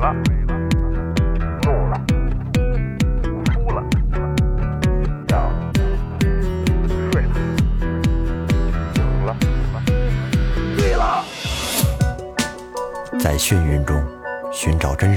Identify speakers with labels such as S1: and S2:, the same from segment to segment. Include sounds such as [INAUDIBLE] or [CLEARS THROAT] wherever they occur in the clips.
S1: 了，怒了，哭了，笑了，睡了，醒了，醉了。
S2: 在眩晕中寻找真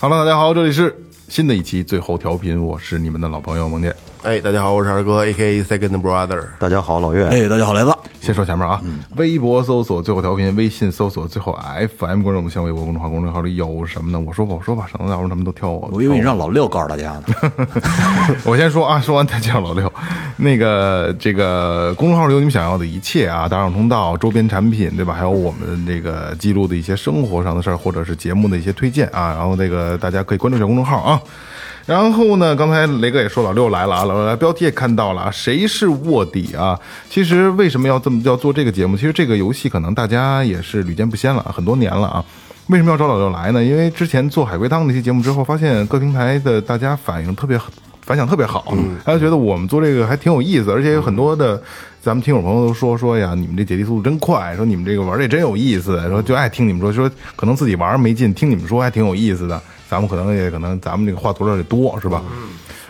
S3: Hello，大家好，这里是新的一期最后调频，我是你们的老朋友萌姐。
S4: 哎，大家好，我是二哥，A K A Second Brother。
S2: 大家好，老岳。
S5: 哎，大家好，来了。
S3: 先说前面啊，
S5: 嗯
S3: 微博搜索最后调频，微信搜索最后 FM 关注我们新浪微博公众号，公众号里有什么呢？我说吧，我说吧，省得到时候他们都挑我。
S5: 我以为你让老六告诉大家呢。
S3: [LAUGHS] 我先说啊，说完再介绍老六。 [LAUGHS] 那个这个公众号里有你们想要的一切啊，打赏通道、周边产品，对吧？还有我们这个记录的一些生活上的事儿，或者是节目的一些推荐啊。然后这个大家可以关注一下公众号啊。然后呢，刚才雷哥也说老六来了啊，老六来标题也看到了啊，谁是卧底啊？其实为什么要这么要做这个节目？其实这个游戏可能大家也是屡见不鲜了，很多年了啊。为什么要找老六来呢？因为之前做海龟汤那期节目之后，发现各平台的大家反应特别反响特别好，大家觉得我们做这个还挺有意思，而且有很多的咱们听友朋友都说说呀，你们这解题速度真快，说你们这个玩儿这真有意思，说就爱听你们说，说可能自己玩儿没劲，听你们说还挺有意思的，咱们可能也可能咱们这个话多少得多是吧？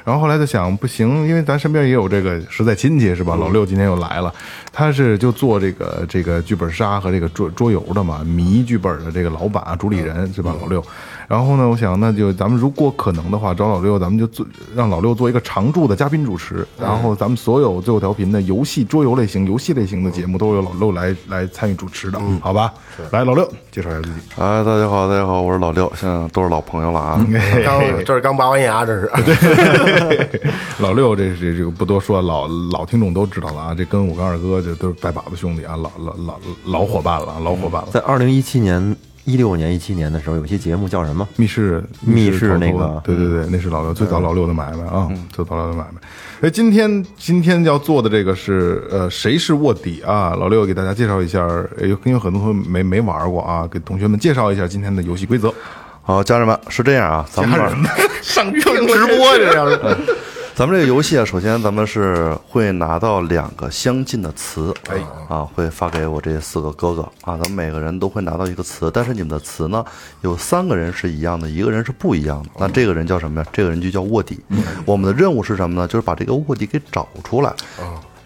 S3: 然后后来就想不行，因为咱身边也有这个实在亲戚是吧？老六今天又来了，他是就做这个这个剧本杀和这个桌桌游的嘛，迷剧本的这个老板啊主理人是吧？老六。然后呢，我想那就咱们如果可能的话，找老六，咱们就做让老六做一个常驻的嘉宾主持，然后咱们所有最后调频的游戏桌游类型、游戏类型的节目都由老六来来参与主持的，好吧？来，老六介绍一下自己。
S6: 哎，大家好，大家好，我是老六，现在都是老朋友了啊。
S4: 刚这是刚拔完牙，这是。 [LAUGHS]
S3: 老六这这这个不多说，老老听众都知道了啊。这跟我跟二哥这都是拜把子兄弟啊，老老老老伙伴了，啊，老伙伴了。
S2: 在二零一七年、一六年、一七年的时候，有期节目叫什么？
S3: 密室
S2: 密室
S3: 逃脱
S2: 那个嗯
S3: 对对对，那是老六最早老六的买卖啊，最早老六的买卖。哎，今天今天要做的这个是呃，谁是卧底啊？老六给大家介绍一下，呃有因为很多同学没没玩过啊，给同学们介绍一下今天的游戏规则。
S6: 好，家人们是这样啊， [LAUGHS] 咱们玩
S3: 上正直播这样的，
S6: 咱们这个游戏啊，首先咱们是会拿到两个相近的词，哎，啊，会发给我这四个哥哥啊，咱们每个人都会拿到一个词，但是你们的词呢，有三个人是一样的，一个人是不一样的。那这个人叫什么呀？这个人就叫卧底。我们的任务是什么呢？就是把这个卧底给找出来。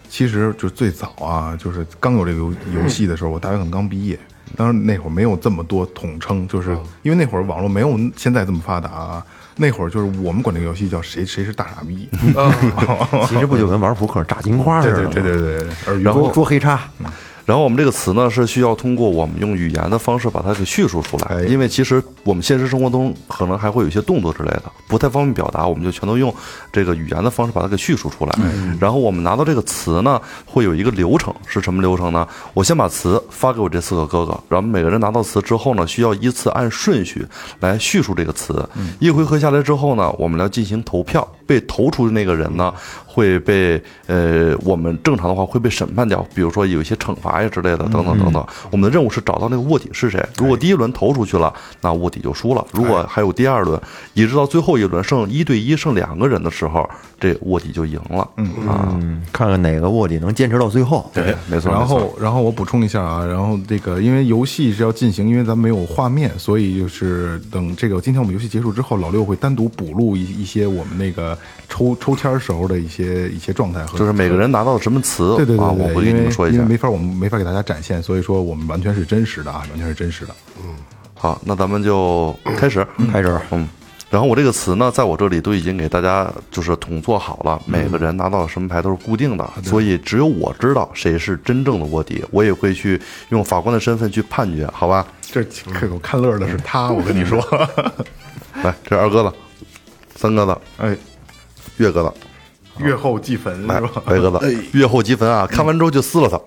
S3: 其实就是最早啊，就是刚有这个游游戏的时候，我大学可能刚毕业，当时那会儿没有这么多统称，就是
S2: 哦
S3: 因为那会儿网络没有现在这么发达啊。那会儿就是我们管这个游戏叫谁谁是大傻逼， [LAUGHS]
S2: 其实不就跟玩扑克炸金花似
S3: 对
S2: 的
S3: 对
S2: 吗？
S3: 对对对对，耳语
S2: 然后嗯
S3: 后
S2: 捉黑叉，
S6: 然后我们这个词呢，是需要通过我们用语言的方式把它给叙述出来，
S3: 哎
S6: 因为其实我们现实生活中可能还会有一些动作之类的，不太方便表达，我们就全都用这个语言的方式把它给叙述出来。然后我们拿到这个词呢，会有一个流程，是什么流程呢？我先把词发给我这四个哥哥，然后每个人拿到词之后呢，需要依次按顺序来叙述这个词。一回合下来之后呢，我们要进行投票，被投出的那个人呢。会被呃，我们正常的话会被审判掉，比如说有一些惩罚呀之类的，等
S3: 嗯
S6: 等等等。我们的任务是找到那个卧底是谁。
S3: 哎
S6: 如果第一轮投出去了，那卧底就输了；如果还有第二轮，一直到最后一轮剩一对一剩两个人的时候，这卧底就赢了。嗯啊，
S2: 嗯，看看哪个卧底能坚持到最后。
S6: 对，没错。
S3: 然
S6: 没错
S3: 后，然后我补充一下啊，然后这个因为游戏是要进行，因为咱们没有画面，所以就是等这个今天我们游戏结束之后，老六会单独补录一一些我们那个抽抽签儿时候的一些一些状态和
S6: 就是每个人拿到什么词
S3: 对对对
S6: 啊，
S3: 对
S6: 我会
S3: 因
S6: 给你
S3: 为
S6: 们说一
S3: 因
S6: 下
S3: 为。没法我们没法给大家展现，所以说我们完全是真实的啊，完全是真实的。
S6: 好，那咱们就开始，开始，嗯。然后我这个词呢，在我这里都已经给大家就是统做好了，每个人拿到什么牌都是固定的，所以只有我知道谁是真正的卧底，我也会去用法官的身份去判决，好吧？
S3: 这可
S6: 嗯
S3: 我看乐的是他，我跟你说，
S6: 来，这是二哥的，三哥的，
S3: 哎，
S6: 岳哥的，
S3: [LAUGHS] 月后祭坟是
S6: 来
S3: 吧？，
S6: [LAUGHS] 白鸽子，嗯月后积分啊！看完之后就撕了它。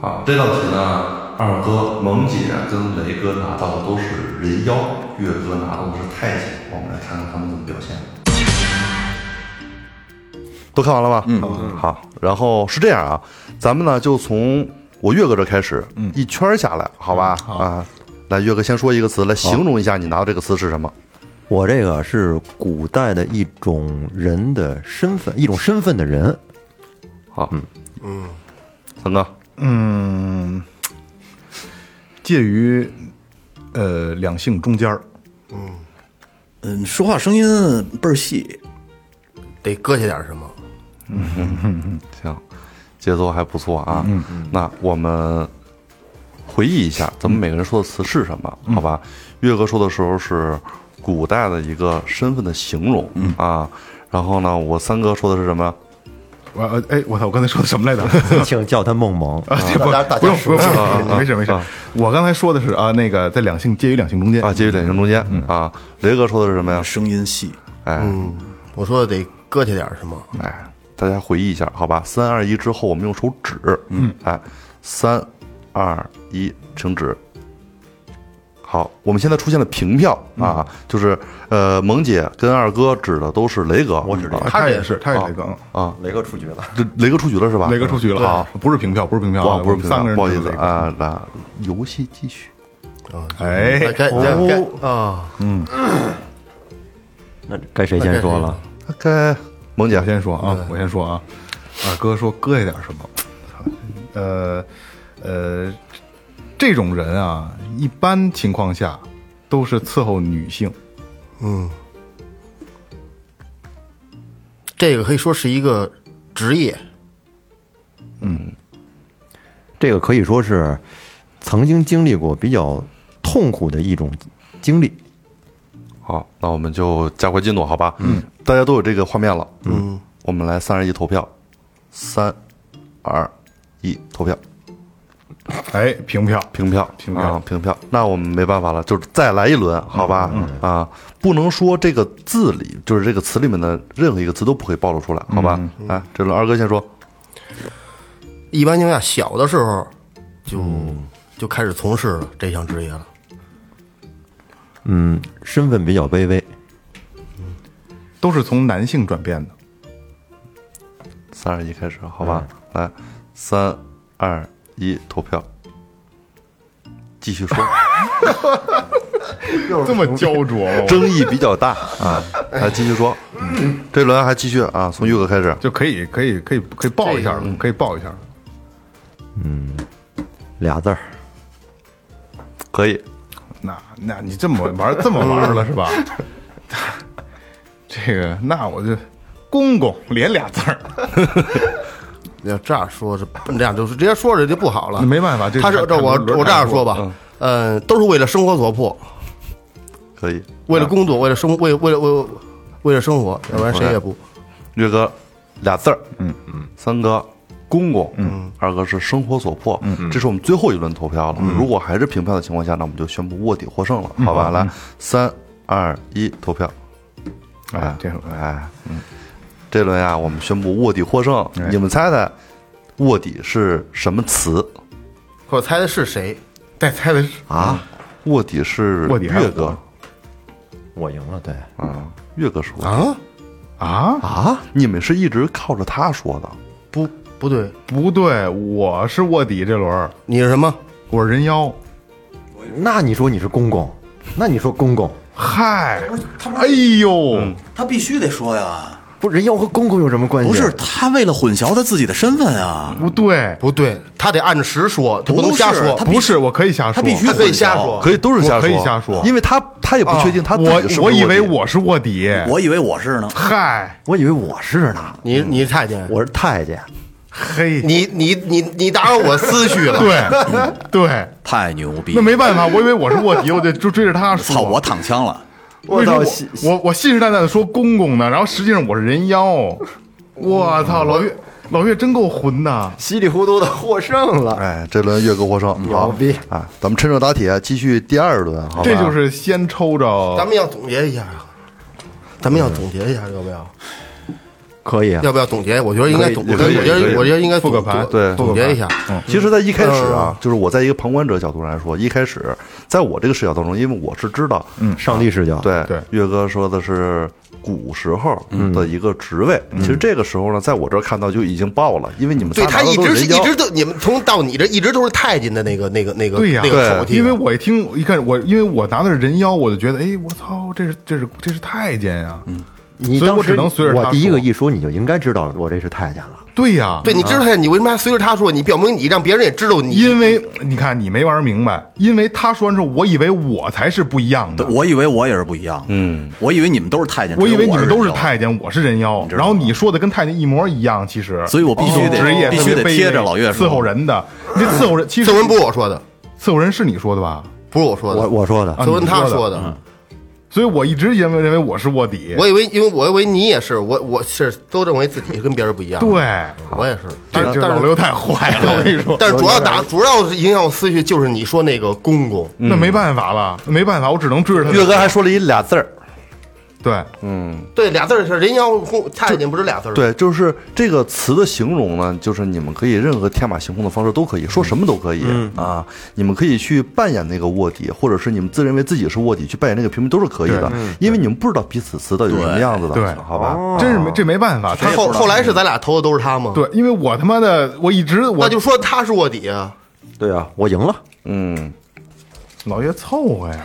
S6: 好，这道题呢，二哥、萌姐跟雷哥拿到的都是人妖，月哥拿到的是太极。我们来看看他们怎么表现。都看完了吗？嗯，好。然后是这样啊，咱们呢就从我岳哥这开始，嗯，一圈儿下来，好吧？啊，来，岳哥先说一个词，来形容一下你拿到这个词是什么？
S2: 我这个是古代的一种人的身份，一种身份的人，
S3: [LAUGHS]
S6: 好，嗯嗯，三哥，
S3: 嗯，介于呃两性中间儿，
S5: 嗯，说话声音倍儿细，
S4: 得搁下点什么。
S6: 行，节奏还不错啊。嗯嗯，那我们回忆一下，咱们每个人说的词是什么？好吧，岳哥说的时候是古代的一个身份的形容、啊，然后呢，我三哥说的是什么？
S3: 我呃哎，我操，我刚才说的什么来着？
S6: [LAUGHS]
S2: 请叫他梦萌。
S3: 啊，这不
S4: 大家
S3: 不用不用，
S6: 啊啊
S3: 不
S6: 啊
S3: 用没事没事
S6: 啊。
S3: 我刚才说的是啊，那个在两性介于两性中间
S6: 啊，介于两性中间、啊。雷哥说的是什么呀？
S5: 声音细，
S6: 哎，
S4: 嗯，我说的得搁下点什么。
S6: 哎，大家回忆一下，好吧？三二一之后，我们用手指，嗯，哎，三二一，停止。好，我们现在出现了平票
S3: 嗯
S6: 啊，就是呃，萌姐跟二哥指的都是雷哥，我指的
S3: 啊他也是他也是这个，
S2: 雷哥出局了，
S6: 雷哥出局了是吧？
S3: 雷哥出局了，
S6: 好，，
S3: 不是平票，不是平票啊，
S6: 啊不不是
S3: 我们
S6: 平票
S3: 三个人
S6: 不好意思
S3: 只有雷哥。
S6: 啊，那游戏继续，
S3: 哎，
S4: 该该该啊，
S2: 那该谁先说了？
S6: 大概萌姐
S3: 我先说啊，
S6: 嗯
S3: 我先说啊，二哥说搁下点什么，呃呃，这种人啊，一般情况下都是伺候女性，
S4: 这个可以说是一个职业，
S2: 这个可以说是曾经经历过比较痛苦的一种经历。
S6: 好，那我们就加快进度，好吧？嗯，大家都有这个画面了。嗯，我们来三二一投票，三二一投票，
S3: 哎，平票，
S6: 平票，
S3: 平票
S6: 啊，平票。那我们没办法了，就是再来一轮，好吧？啊，不能说这个字里，就是这个词里面的任何一个词都不会暴露出来，好吧？哎，这轮二哥先说，
S4: 一般情况下小的时候就
S3: 嗯
S4: 就开始从事了这项职业了。
S2: 嗯，身份比较卑微，
S3: 都是从男性转变的，
S6: 三二一开始，好吧？来，三二一投票，继 [LAUGHS] 续说。
S3: 这么焦灼吗我
S6: 争议比较大啊。来继续说，嗯这轮还继续啊，从玉哥开始。
S3: 就可以可以可以可以报一下了，可以报一下了，
S2: 俩字儿。
S6: 可以，
S3: 那那你这么玩这么玩了是 [LAUGHS] 吧？这个那我就公公连俩字儿。
S4: 要这样说，这不这样就是直接说这就不好了。
S3: 没办法这
S4: 他
S3: 太
S4: 这这我
S3: 太不
S4: 我这样说
S3: 太不
S4: 吧，呃，都是为了生活所迫，
S6: 可以。
S4: 为了工作，为了生，为为了为了为了生活，要不然谁也不。
S6: 岳哥俩字儿，嗯嗯。三哥公公，嗯。二哥是生活所迫，嗯。这是我们最后一轮投票
S3: 嗯
S6: 了。如果还是平票的情况下，那我们就宣布卧底获胜了，好吧？
S3: 嗯
S6: 来，三二一，投票。
S3: 哎，这首
S6: 哎，这轮呀，我们宣布卧底获胜。
S3: 哎
S6: 你们猜猜，卧底是什么词？
S4: 我猜的是谁？
S3: 带猜的是
S6: 啊，卧底是
S3: 卧底还有
S6: 岳哥，
S2: 我赢了，对，
S6: 嗯，岳哥说的
S4: 啊，
S3: 啊，
S6: 啊，你们是一直靠着他说的，
S4: 不不对，
S3: 不对，我是卧底这轮儿，
S4: 你是什么？
S3: 我是人妖。
S2: 那你说你是公公，那你说公公
S3: 嗨，哎呦，
S5: 他必须得说呀，
S2: 不人妖和公公有什么关系？啊
S5: 不是他为了混淆他自己的身份啊，
S3: 不对，
S4: 不对，他得按时说，他不能
S5: 不是
S4: 瞎说
S5: 他。必须
S3: 不是，我可以瞎说，
S5: 他必须
S4: 他可以瞎
S5: 混淆
S4: 说
S6: 可以都是瞎
S3: 哦我
S6: 说，
S3: 可以瞎说啊
S6: 因为他他也不确定他自己
S3: 我
S6: 是不是
S3: 我以
S6: 卧
S3: 为
S6: 底
S3: 我是卧底。
S5: 我以为我是呢，
S3: 嗨，
S2: 我以为我是呢，
S4: 你你太监，
S2: 我是太监。
S3: 嘿，
S4: 你你你你打扰我思绪 [LAUGHS]
S3: [LAUGHS]
S4: 了。
S3: 对对，
S5: 太牛逼
S3: 那！没办法，我以为我是卧底，我就就追着他说。
S5: 操，我躺枪了，
S3: 为什么
S2: [LAUGHS] 我操
S3: 我
S2: 信
S3: 我我信誓旦旦的说公公呢，然后实际上我是人妖。我操，老岳老岳真够混的。
S2: 稀里糊涂的获胜了。
S6: 哎，这轮岳哥获胜，好
S2: 牛逼
S6: 啊！咱们趁热打铁，继续第二轮，好吧？
S3: 这就是先抽着
S4: 咱们要总结一下啊，咱们要总结一下，有没有？
S2: 可以啊，
S4: 要不要总结？我觉得应该总，我觉得
S6: 可以
S4: 我觉
S6: 可以
S4: 得我觉得应该总
S3: 复个盘
S4: 总
S6: 对
S4: 总结一下。
S6: 嗯其实，在一开始啊，就是我在一个旁观者角度上来说，一开始在我这个视角当中，因为我是知道，嗯，
S2: 上帝视角，，
S6: 对
S3: 对
S6: 岳哥说的是古时候的一个职位，其实这个时候呢，在我这儿看到就已经爆了，因为你们
S4: 对
S6: 仨
S4: 他
S6: 拿
S4: 一
S6: 的都
S4: 直
S6: 是
S4: 是
S6: 人
S4: 一
S6: 妖
S4: 直都，你们从到你这一直都是太监的那个那个那个
S3: 对呀、
S4: 那个手
S6: 对
S4: 提，
S3: 因为我一听一看我，因为我拿的是人妖，我就觉得，哎，我操，这是这是这是太监呀、
S2: 你
S3: 所以
S2: 当
S3: 我
S2: 时
S3: 只能随着他
S2: 我第一个
S3: 说
S2: 一说，你就应该知道我这是太监了。
S3: 对呀、
S4: 对，你知道你为什么还随着他说？你表明你让别人也知道你。
S3: 因为你看你没玩明白，因为他说完之后，我以为我才是不一样的，
S5: 我以为我也是不一样，嗯，我以为你们都是太监，
S3: 嗯我以为
S5: 只有
S3: 你们
S5: 人
S3: 都是
S5: 妖，
S3: 太监，我是人妖，然后你说的跟太监一模一样，其实，哦
S5: 所以我必须
S3: 这种职
S5: 得
S3: 业
S5: 必须得
S3: 特别卑
S5: 贴着
S3: 微
S5: 老岳说
S3: 伺候人的，这伺候人其实
S4: 这文不是我说的，
S3: 伺候人是你说的吧？
S4: 不是我说的，
S2: 我我说的，
S3: 啊
S4: 这文他
S3: 你说
S4: 说的。
S3: 所以我一直认为认为我是卧底，
S4: 我以为，因为我以为你也是，我我是都认为自己跟别人不一样。，
S3: 对，
S4: 我也是。但
S3: 这这
S4: 是但
S3: 老
S4: 是
S3: 刘太坏了，我跟你说，
S4: 但是主要打主要是影响我思绪就是你说那个公公，
S3: 那没办法了，没办法，我只能追着他。
S6: 岳哥还说了一俩字儿，
S3: 对，
S4: 对，俩字儿是人妖公太监，不是俩字儿。，
S6: 对，就是这个词的形容呢，就是你们可以任何天马行空的方式都可以说什么都可以、
S3: 嗯
S6: 啊，你们可以去扮演那个卧底，或者是你们自认为自己是卧底去扮演那个平民都是可以的，因为你们不知道彼此词到底是什么样子
S3: 嗯
S6: 的，
S3: 对哦
S6: 好吧？
S3: 真是没这没办法，他
S4: 后后来是咱俩投的都是他吗？，
S3: 对，因为我他妈的我一直
S4: 那
S3: 我
S4: 就说他是卧底啊。
S2: 对啊，我赢了。
S6: 嗯，
S3: 老岳凑合呀。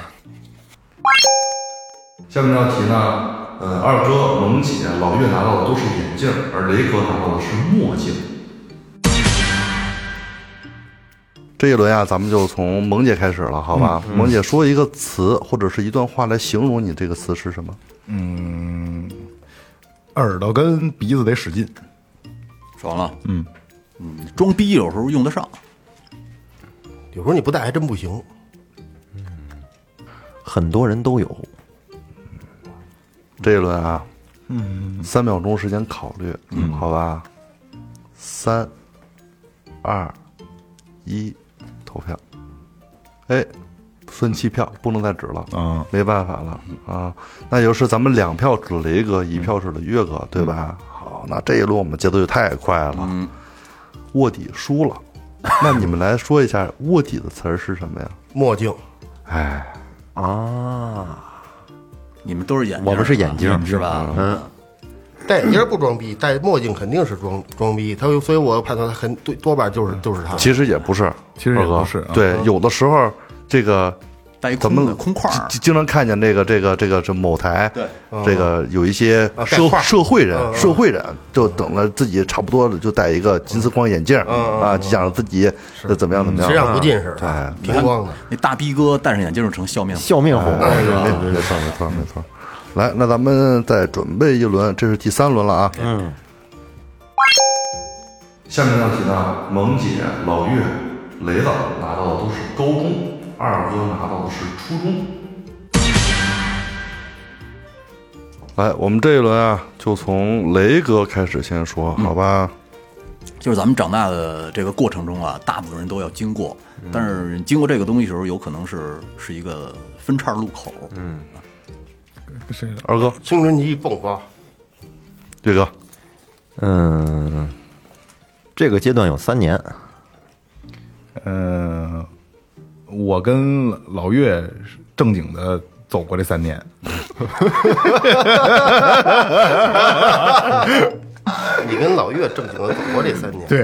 S6: 下面这道题呢，呃，二哥、萌姐、老岳拿到的都是眼镜，而雷哥拿到的是墨镜。这一轮呀、咱们就从萌姐开始了，好吧？萌姐说一个词或者是一段话来形容你这个词是什么？
S3: 耳朵跟鼻子得使劲，
S5: 爽了，嗯嗯，装逼有时候用得上，
S4: 有时候你不带还真不行。
S2: 很多人都有，
S6: 这一轮啊，嗯，三秒钟时间考虑，嗯，好吧，三、二、一，投票。哎，分七票，不能再指了，
S3: 嗯，
S6: 没办法了啊。那就是咱们两票指雷哥，一票指了岳哥，对吧？好，那这一轮我们节奏就太快了，卧底输 [LAUGHS] 了。那你们来说一下卧底的词儿是什么呀？
S4: 墨镜，
S2: 啊
S5: 你们都是眼镜，
S2: 我们是眼镜
S5: 是吧？嗯，
S4: 戴眼镜不装逼，戴墨镜肯定是装装逼。他所以我判断他很多多半就是就是他。
S6: 其实也不是，
S3: 其实也
S6: 二哥
S3: 不是啊
S6: 对，有的时候这个
S5: 带一
S6: 咱
S5: 空的
S6: 们
S5: 空块儿
S6: 经经常看见这个这个这个这某台，
S5: 对，
S6: 这个有一些
S4: 啊
S6: 社
S4: 带块儿
S6: 哦社会人，
S4: 嗯
S6: 社会人就等了自己差不多了，就戴一个金丝框眼镜
S4: 嗯
S6: 儿啊，就想着自己怎么样怎么样，
S4: 谁让不近视？对，平光的。
S5: 那大逼哥戴上眼镜就成笑面虎，
S2: 笑 [LAUGHS] 面虎。
S6: 哎没没错没错没错。来，那咱们再准备一轮，这是第三轮了啊。嗯。下面这道题呢，萌姐、老岳、雷子拿到的都是高中，二哥拿到的是初中。来，我们这一轮啊，就从雷哥开始先说，好吧？
S5: 就是咱们长大的这个过程中啊，大部分人都要经过，但是经过这个东西的时候，有可能是是一个分叉路口，嗯，
S3: 谁
S6: 二哥、
S4: 青春期迸发，
S6: 岳哥，
S2: 嗯，这个阶段有三年，
S3: 嗯、我跟老岳是正经的走过这三年，
S4: 你跟老岳正经的走过这三年。
S3: [LAUGHS] 对，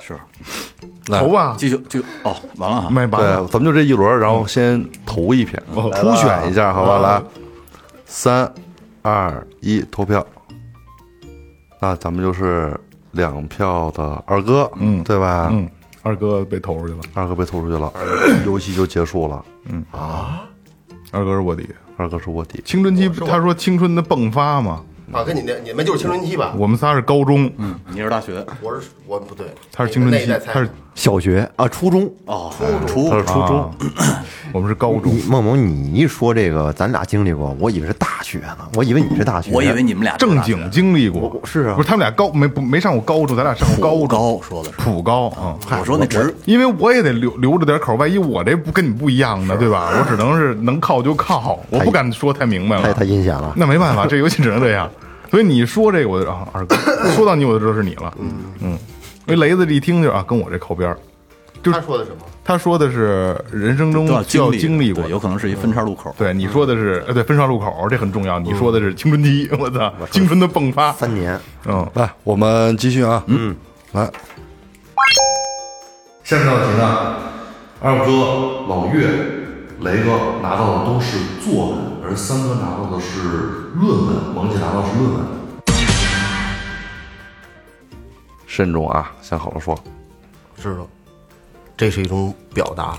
S5: 是
S3: 投吧，
S5: 继续就哦，完了哈，
S3: 卖吧，
S6: 对，咱们就这一轮，然后先投一篇，初选一下，好吧？来，三、二、一，投票。那咱们就是两票的二哥，嗯，对吧？
S3: 嗯，二哥被投出去了，
S6: 二哥被投出去了，游戏就结束了。
S3: 二哥是卧底，
S6: 二哥是卧底，
S3: 青春期他说青春的迸发嘛，
S4: 啊，跟你那你们就是青春期吧？
S3: 我们仨是高中，
S5: 嗯，你是大学
S4: 我是我不对，
S3: 他是青春期，他是
S2: 小学啊，初中。
S5: 哦，初
S6: 他是初中，
S3: 我们是高中
S2: 你，梦梦，你一说这个，咱俩经历过，我以为是大学呢，我以为你是大学，
S5: 我以为你们俩
S3: 正经经历过，
S2: 是啊
S3: 不是他们俩高没不没上过高中，咱俩上过
S5: 高
S3: 高中，
S5: 高说的是，
S3: 普高啊，嗯
S5: 我说那直
S3: 因为我也得留留着点口，万一我这不跟你不一样呢，对吧？我只能是能靠就靠，我不敢说太明白
S2: 太
S3: 了
S2: 太。阴险了。
S3: [LAUGHS] 那没办法，这游戏只能这样。所以你说这个我就啊，二哥说到你我就知道是你了。嗯嗯，因为雷子这一听就啊，跟我这靠边儿。就是
S4: 他说的什么？
S3: 他说的是人生中
S5: 都要
S3: 就要
S5: 历
S3: 经历过
S5: 对有可能嗯是一分叉路口。
S3: 对，你说的是，呃，对，分岔路口这很重要。你说的是
S5: 嗯
S3: 青春期，我操，青春的迸发。
S2: 三年，
S3: 嗯，
S6: 来，我们继续啊，嗯，来，下面这道题呢，二哥、老岳、雷哥拿到的都是作文，而三哥拿到的是论文，萌姐拿到的是论文。慎重啊，想好了说。
S4: 知道，这是一种表达。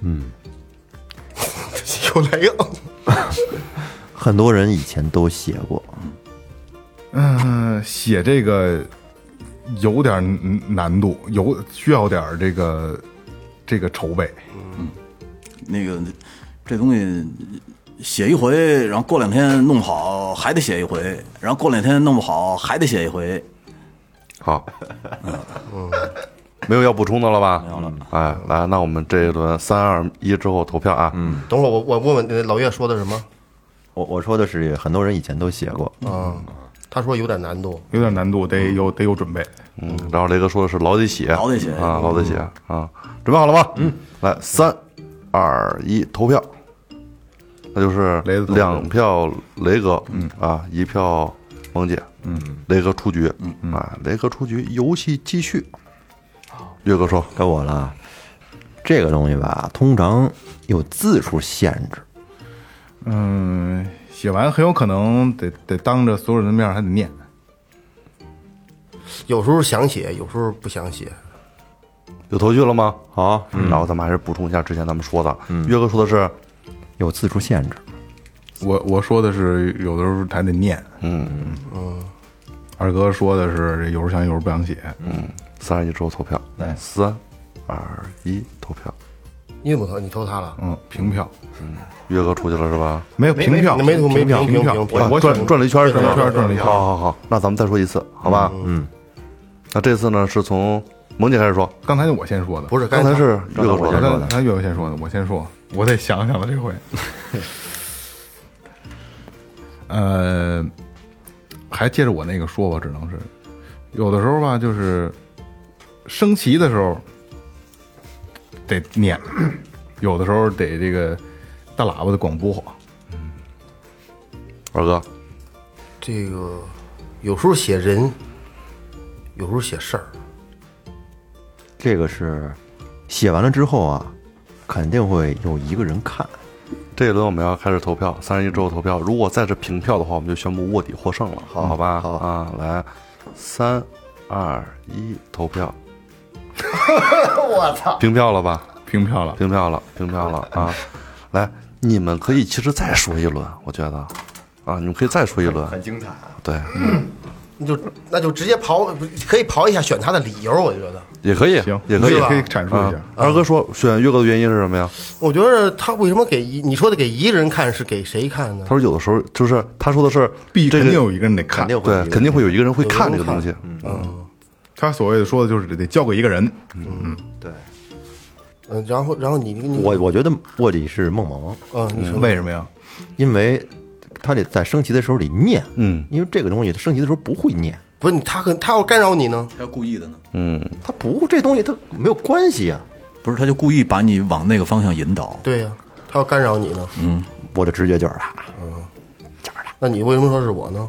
S4: 嗯， [LAUGHS] 又来一个，
S2: 很多人以前都写过，
S3: 嗯，写这个有点难难度，有需要点这个这个筹备。
S5: 那个这东西写一回，然后过两天弄不好还得写一回，然后过两天弄不好还得写一回。
S6: 好，嗯没有要补充的了吧？没有了。
S3: 嗯
S6: 哎，来，那我们这一轮三二一之后投票啊。嗯，
S4: 等会儿我我问问呃老岳说的什么？
S2: 我我说的是很多人以前都写过，
S4: 嗯，他说有点难度，
S3: 有点难度，得有得有准备。
S6: 嗯，然后雷哥说的是老得写，
S5: 老得写
S6: 啊，老得写啊，准备好了吗？嗯，来，三、二、一，投票。那就是
S3: 雷子投
S6: 两票雷哥，嗯啊，一票萌姐，嗯，雷哥出局，嗯啊，雷哥出局，游戏继续。岳哥说，
S2: 该我了。这个东西吧，通常有字数限制，
S3: 嗯，写完很有可能得得当着所有人的面还得念。
S4: 有时候想写，有时候不想写。
S6: 有头绪了吗？嗯
S2: 好，
S6: 然后咱们还是补充一下之前咱们说的，岳哥说的是，
S2: 有字数限制。
S3: 我我说的是有的时候还得念。嗯嗯。二哥说的是有时候想，有时候不想写。
S6: 嗯，三二一之后投票，三二一投票，
S4: 你怎么投？你投他了？
S3: 嗯，平票
S6: 岳哥出去了是吧？
S3: 没有平票，
S4: 没投，没
S3: 平票，
S4: 平
S3: 平
S4: 平
S3: 票。
S4: 平
S3: 我
S4: 平。
S3: 我
S6: 啊转
S3: 选
S6: 转了一圈儿是吧？
S3: 转了一圈儿转了一圈儿
S6: 好好好，那咱们再说一次，好吧？嗯，那这次呢是从萌姐开始说，
S3: 刚才我先说的，
S4: 不是，
S6: 刚才
S4: 才
S6: 是岳哥说
S3: 我
S6: 的，
S3: 刚才岳哥先说的，我先说，我得想想了这回。呃，还接着我那个说吧，只能是有的时候吧，就是升旗的时候得念，有的时候得这个大喇叭的广播。
S6: 二哥，
S4: 这个，有时候写人，有时候写事儿。
S2: 这个是写完了之后啊，肯定会有一个人看。
S6: 这一轮我们要开始投票，三十一之后投票，如果再是平票的话，我们就宣布卧底获胜了，好好吧？啊，来，三二一投票，我操，平票了吧？
S3: 平票了，
S6: 平票了，平票了啊！来，你们可以其实再说一轮，我觉得啊，你们可以再说一轮，很精彩。对，
S4: 那就那就直接刨，不是可以刨一下选他的理由。我觉得，
S6: 也可以，
S3: 行，
S6: 也可以
S3: 你
S4: 是吧
S3: 可以阐述一下
S6: 啊。。二哥说选岳哥的原因是什么呀？
S4: 我觉得他为什么给一你说的给一个人看是给谁看呢
S6: 他？说有的时候就是他说的是
S3: 必
S6: 这
S3: 肯
S6: 个
S3: 定有一个人得看，
S6: 对，肯定会有一个人会看这个东西。
S3: 嗯他所谓的说的就是得交给一个人。
S4: 嗯，然后然后你你
S2: 我我觉得卧底是梦萌，
S4: 嗯，你说
S3: 为什么呀？
S2: 因为他得在升旗的时候得念，
S6: 嗯，
S2: 因为这个东西升旗的时候不会念，
S4: 不是你他可他要干扰你呢？
S5: 他故意的呢？
S6: 嗯，
S2: 他不这东西它没有关系啊。
S5: 不是，他就故意把你往那个方向引导。
S4: 对呀、他要干扰你呢，
S2: 我的直觉就是啊他，
S4: 那你为什么说是我呢？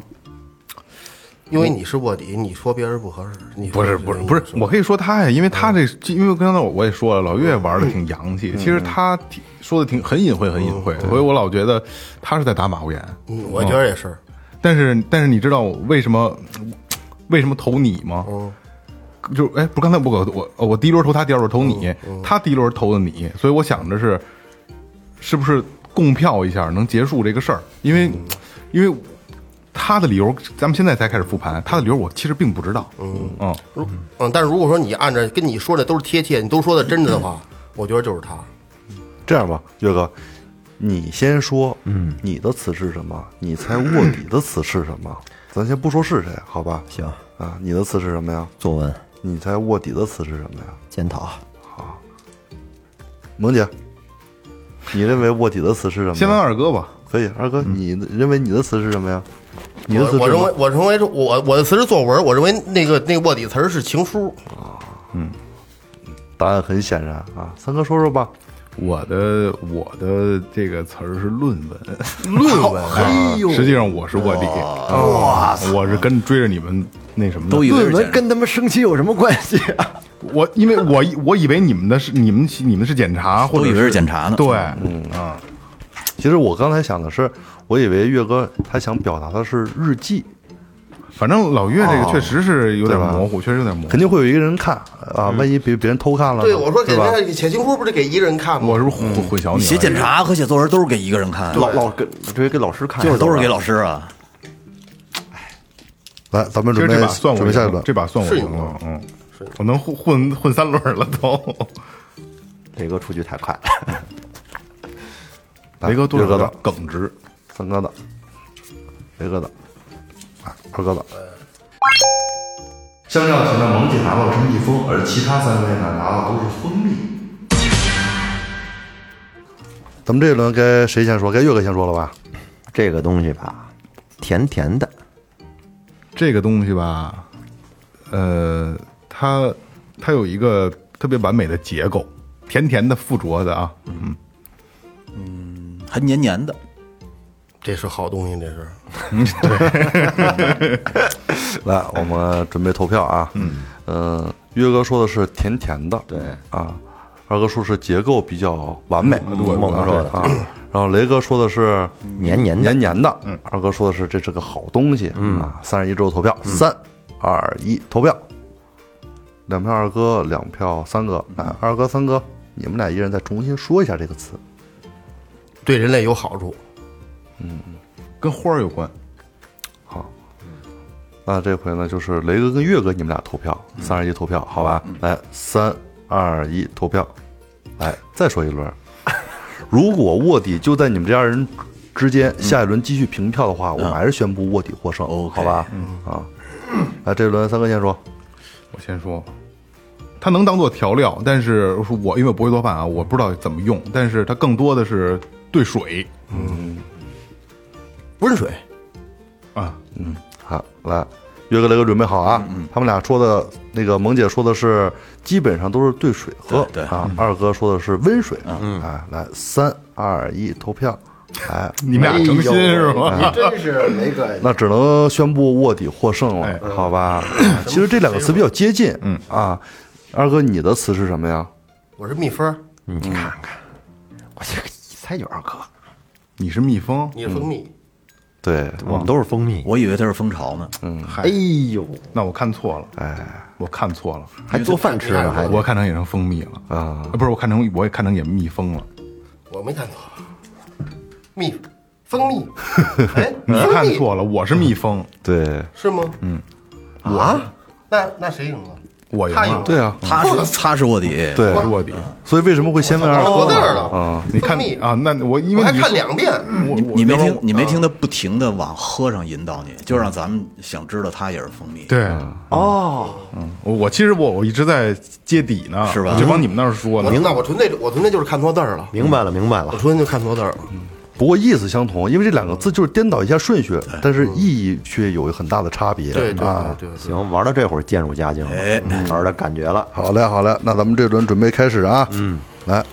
S4: 因为你是卧底，你说别人不合适。你
S3: 不
S4: 说
S3: 是
S4: 这
S3: 不是
S4: 个
S3: 不是嗯
S4: 意思，
S3: 我可以说他呀，因为他这，因为刚才我也说了，老岳玩的挺洋气，其实他挺说的挺很隐晦，很隐晦，所以我老觉得他是在打马虎眼。
S4: 嗯我觉得也是，
S3: 但是但是你知道我为什么为什么投你吗？就哎，不是刚才我我我我第一轮投他，第二轮投你，他第一轮投的你，所以我想着是是不是共票一下能结束这个事儿，因为因为。他的理由，咱们现在才开始复盘。他的理由，我其实并不知道。嗯嗯，
S4: 如嗯，但是如果说你按照跟你说的都是贴切，你都说的真的的话，我觉得就是他。
S6: 这样吧，岳哥，你先说，嗯，你的词是什么？你猜卧底的词是什么？咱先不说是谁，好吧？
S2: 行，
S6: 啊，你的词是什么呀？
S2: 作文
S6: 你猜卧底的词是什么呀？
S2: 检讨，
S6: 萌姐，你认为卧底的词是什么呀？
S3: 先问二哥吧。嗯
S6: 可以，二哥，你认为你的词是什么呀？
S2: 你的
S4: 我
S2: 辞
S4: 我
S2: 职
S4: 认
S2: 吗
S4: 为我认为我我的辞职作文，我认为那个那个卧底词儿是情书，
S6: 答案很显然啊，三哥说说吧，
S3: 我的我的这个词儿是论文，
S4: 论文
S3: 哎 [LAUGHS] 呦，实际上我是卧底，哇，我是跟追着你们那什么的
S5: 都以为
S2: 论
S5: 是
S2: 文
S5: 简
S2: 跟他们升旗有什么关系 [LAUGHS] 啊？
S3: 我因为我以我以为你们的是你们你们是检查，或者
S5: 都以为是检查呢
S3: 对，啊
S6: 其实我刚才想的是，我以为岳哥他想表达的是日记，
S3: 反正老岳这个
S6: 哦
S3: 确实是有点
S6: 对吧
S3: 模糊，确实有点模糊。
S6: 肯定会有一个人看啊，万一别别人偷看了呢，
S4: 对，我说给
S6: 对吧
S4: 人家写情书不是给一个人看吗？
S3: 我是不是混混淆你了？
S5: 你写检查和写作文都是给一个人看，
S2: 老老给直接给老师看，
S5: 就是都是给
S2: 老。
S5: 老师啊。
S6: 来，咱们
S3: 其
S6: 准
S3: 实
S6: 备
S3: 这把算我
S6: 准备
S3: 赢
S6: 下一
S3: 了
S6: 轮，
S3: 这把算我
S4: 是
S3: 赢了，嗯，我能混混混三轮了都。
S2: 雷哥出去太快了，
S6: 来
S3: 雷哥多
S6: 岳
S3: 少
S6: 哥
S3: 有点
S6: 的，
S3: 耿直？
S6: 三哥的，雷哥的，啊，二哥的。香料型的萌姐拿到陈蜜蜂，而其他三位呢拿到都是蜂蜜。咱们这一轮该谁先说？该岳哥先说了吧？
S2: 这个东西吧，甜甜的，
S3: 这个东西吧，呃，它它有一个特别完美的结构，甜甜的附着的啊，
S5: 还黏黏的，
S4: 这是好东西，这是
S6: 来，我们准备投票啊。嗯，呃，岳哥说的是甜甜的，对啊，二哥说是结构比较完美，
S2: 猛
S6: 啊
S2: 说的
S6: 啊，然后雷哥说的是
S2: 黏黏的
S6: 黏，黏的，嗯，二哥说的是这是个好东西，嗯啊，三十一之后投票，三二一投票，两票二哥，两票三哥，啊，二哥三哥，你们俩一人再重新说一下这个词，
S4: 对人类有好处。
S3: 跟花儿有关。
S6: 那这回呢就是雷哥跟岳哥你们俩投票，三十一投票，好吧，
S5: 嗯
S6: 来三二一投票，来再说一轮，如果卧底就在你们这二人之间，
S5: 嗯
S6: 下一轮继续平票的话，我们还是宣布卧底获胜，
S5: 哦 OK 嗯
S6: 好吧，啊，来这轮三哥先说。
S3: 我先说，它能当做调料，但是我因为我不会做饭啊，我不知道怎么用，但是它更多的是兑水
S4: 温水，
S3: 啊，
S6: 好，来，岳哥、雷哥准备好啊！
S5: 嗯
S6: 他们俩说的那个，萌姐说的是基本上都是兑水喝，
S5: 对对嗯
S6: 啊，二哥说的是温水，嗯，哎，来，三二一，投票，哎，
S3: 你们俩诚心是吗？
S2: 你真是雷哥，
S6: 那只能宣布卧底获胜了，好吧？其实这两个词比较接近，哎嗯啊，二哥，你的词是什么呀？
S4: 我是蜜蜂儿，
S2: 你看看，我这个一猜就二哥，
S3: [LAUGHS] 你是蜜蜂，
S4: 你是蜂蜜，
S6: 对，
S2: 我们都是蜂蜜。
S5: 我以为它是蜂巢呢。
S2: 哎呦，
S3: 嗯那我看错了，哎，我看错了，
S2: 还做饭吃呢，还
S3: 我看成也成蜂蜜了呃
S6: 啊，
S3: 不是，我看成我也看成也蜜蜂了，
S4: 我没看错，蜜，蜂
S6: [LAUGHS]
S4: 蜜，哎，
S3: 你
S4: 蜂蜜
S3: 看错了，我是蜜蜂，
S6: 对，
S4: 是吗？嗯，啊，那那谁赢啊了？
S3: 我赢
S4: 他赢
S3: 了
S4: 了，
S6: 对啊，
S5: 他是他是卧底，
S6: 对
S3: 我，是嗯卧底，
S6: 所以为什么会先问二
S4: 我
S6: 哥
S4: 坐那儿
S6: 呢？
S4: 了
S6: 啊，
S3: 你看
S4: 蜂蜜
S3: 啊，那我因
S4: 我
S3: 为
S4: 还
S3: 你
S4: 看两遍，
S3: 我我
S5: 你没
S3: 要不然
S5: 听
S3: 我
S5: 你没听他不停的往喝上引导你，就让咱们想知道他也是蜂蜜。
S3: 对哦，我我其实我我一直在揭底呢，
S5: 是吧
S3: 我就往你们那儿说呢
S4: 我，那我纯粹我纯粹就是看错字儿了，
S2: 明白了，明白
S4: 我
S2: 了。
S4: 纯粹就看错字儿了。
S6: 嗯不过意思相同，因为这两个字就是颠倒一下顺序，但是意义却有很大的差别。
S4: 对对
S6: 啊，
S4: 对对，
S2: 行，玩到这会儿渐入佳境了，嗯玩到感觉了。
S6: 好嘞，好嘞，那咱们这轮准备开始啊。嗯，来，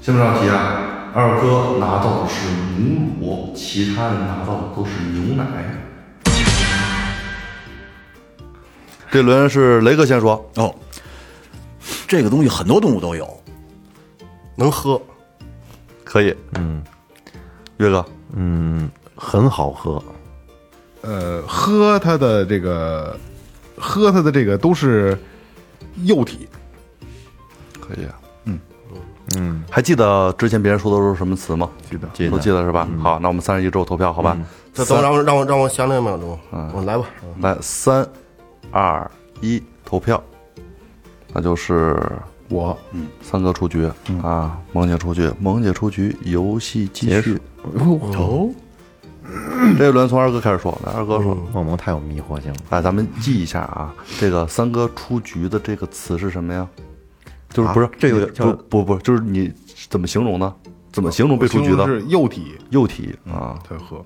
S6: 下面这道题啊，二哥拿到的是牛乳，其他人拿到的都是牛奶。这轮是雷哥先说，
S5: 哦，这个东西很多动物都有，
S4: 能喝，
S6: 可以。嗯，岳哥，
S2: 很好喝，
S3: 呃，喝它的这个，喝它的这个都是幼体，
S6: 可以、啊。嗯嗯，还记得之前别人说的都是什么词吗？
S3: 记得
S2: 记得
S6: 都记得是吧？好，那我们三十一之后投票，好吧？
S4: 这等让我让我让我想两秒钟，
S6: 嗯
S4: 我来吧。
S6: 来，三、二、一，投票。那就是嗯
S3: 我
S6: 三哥出局、啊，萌姐出局，萌姐出局，游戏继续。嗯
S2: 哦，
S6: 这一轮从二哥开始说，来，二哥说，
S2: 梦萌太有迷惑性了。
S6: 哎，咱们记一下啊，这个三哥出局的这个词是什么呀？就是不是、
S2: 啊这有点
S6: 不不不，就是你怎么形容呢？怎么形容被出
S3: 形
S6: 局
S3: 容
S6: 的？
S3: 是幼体
S6: 幼体啊，
S3: 才喝，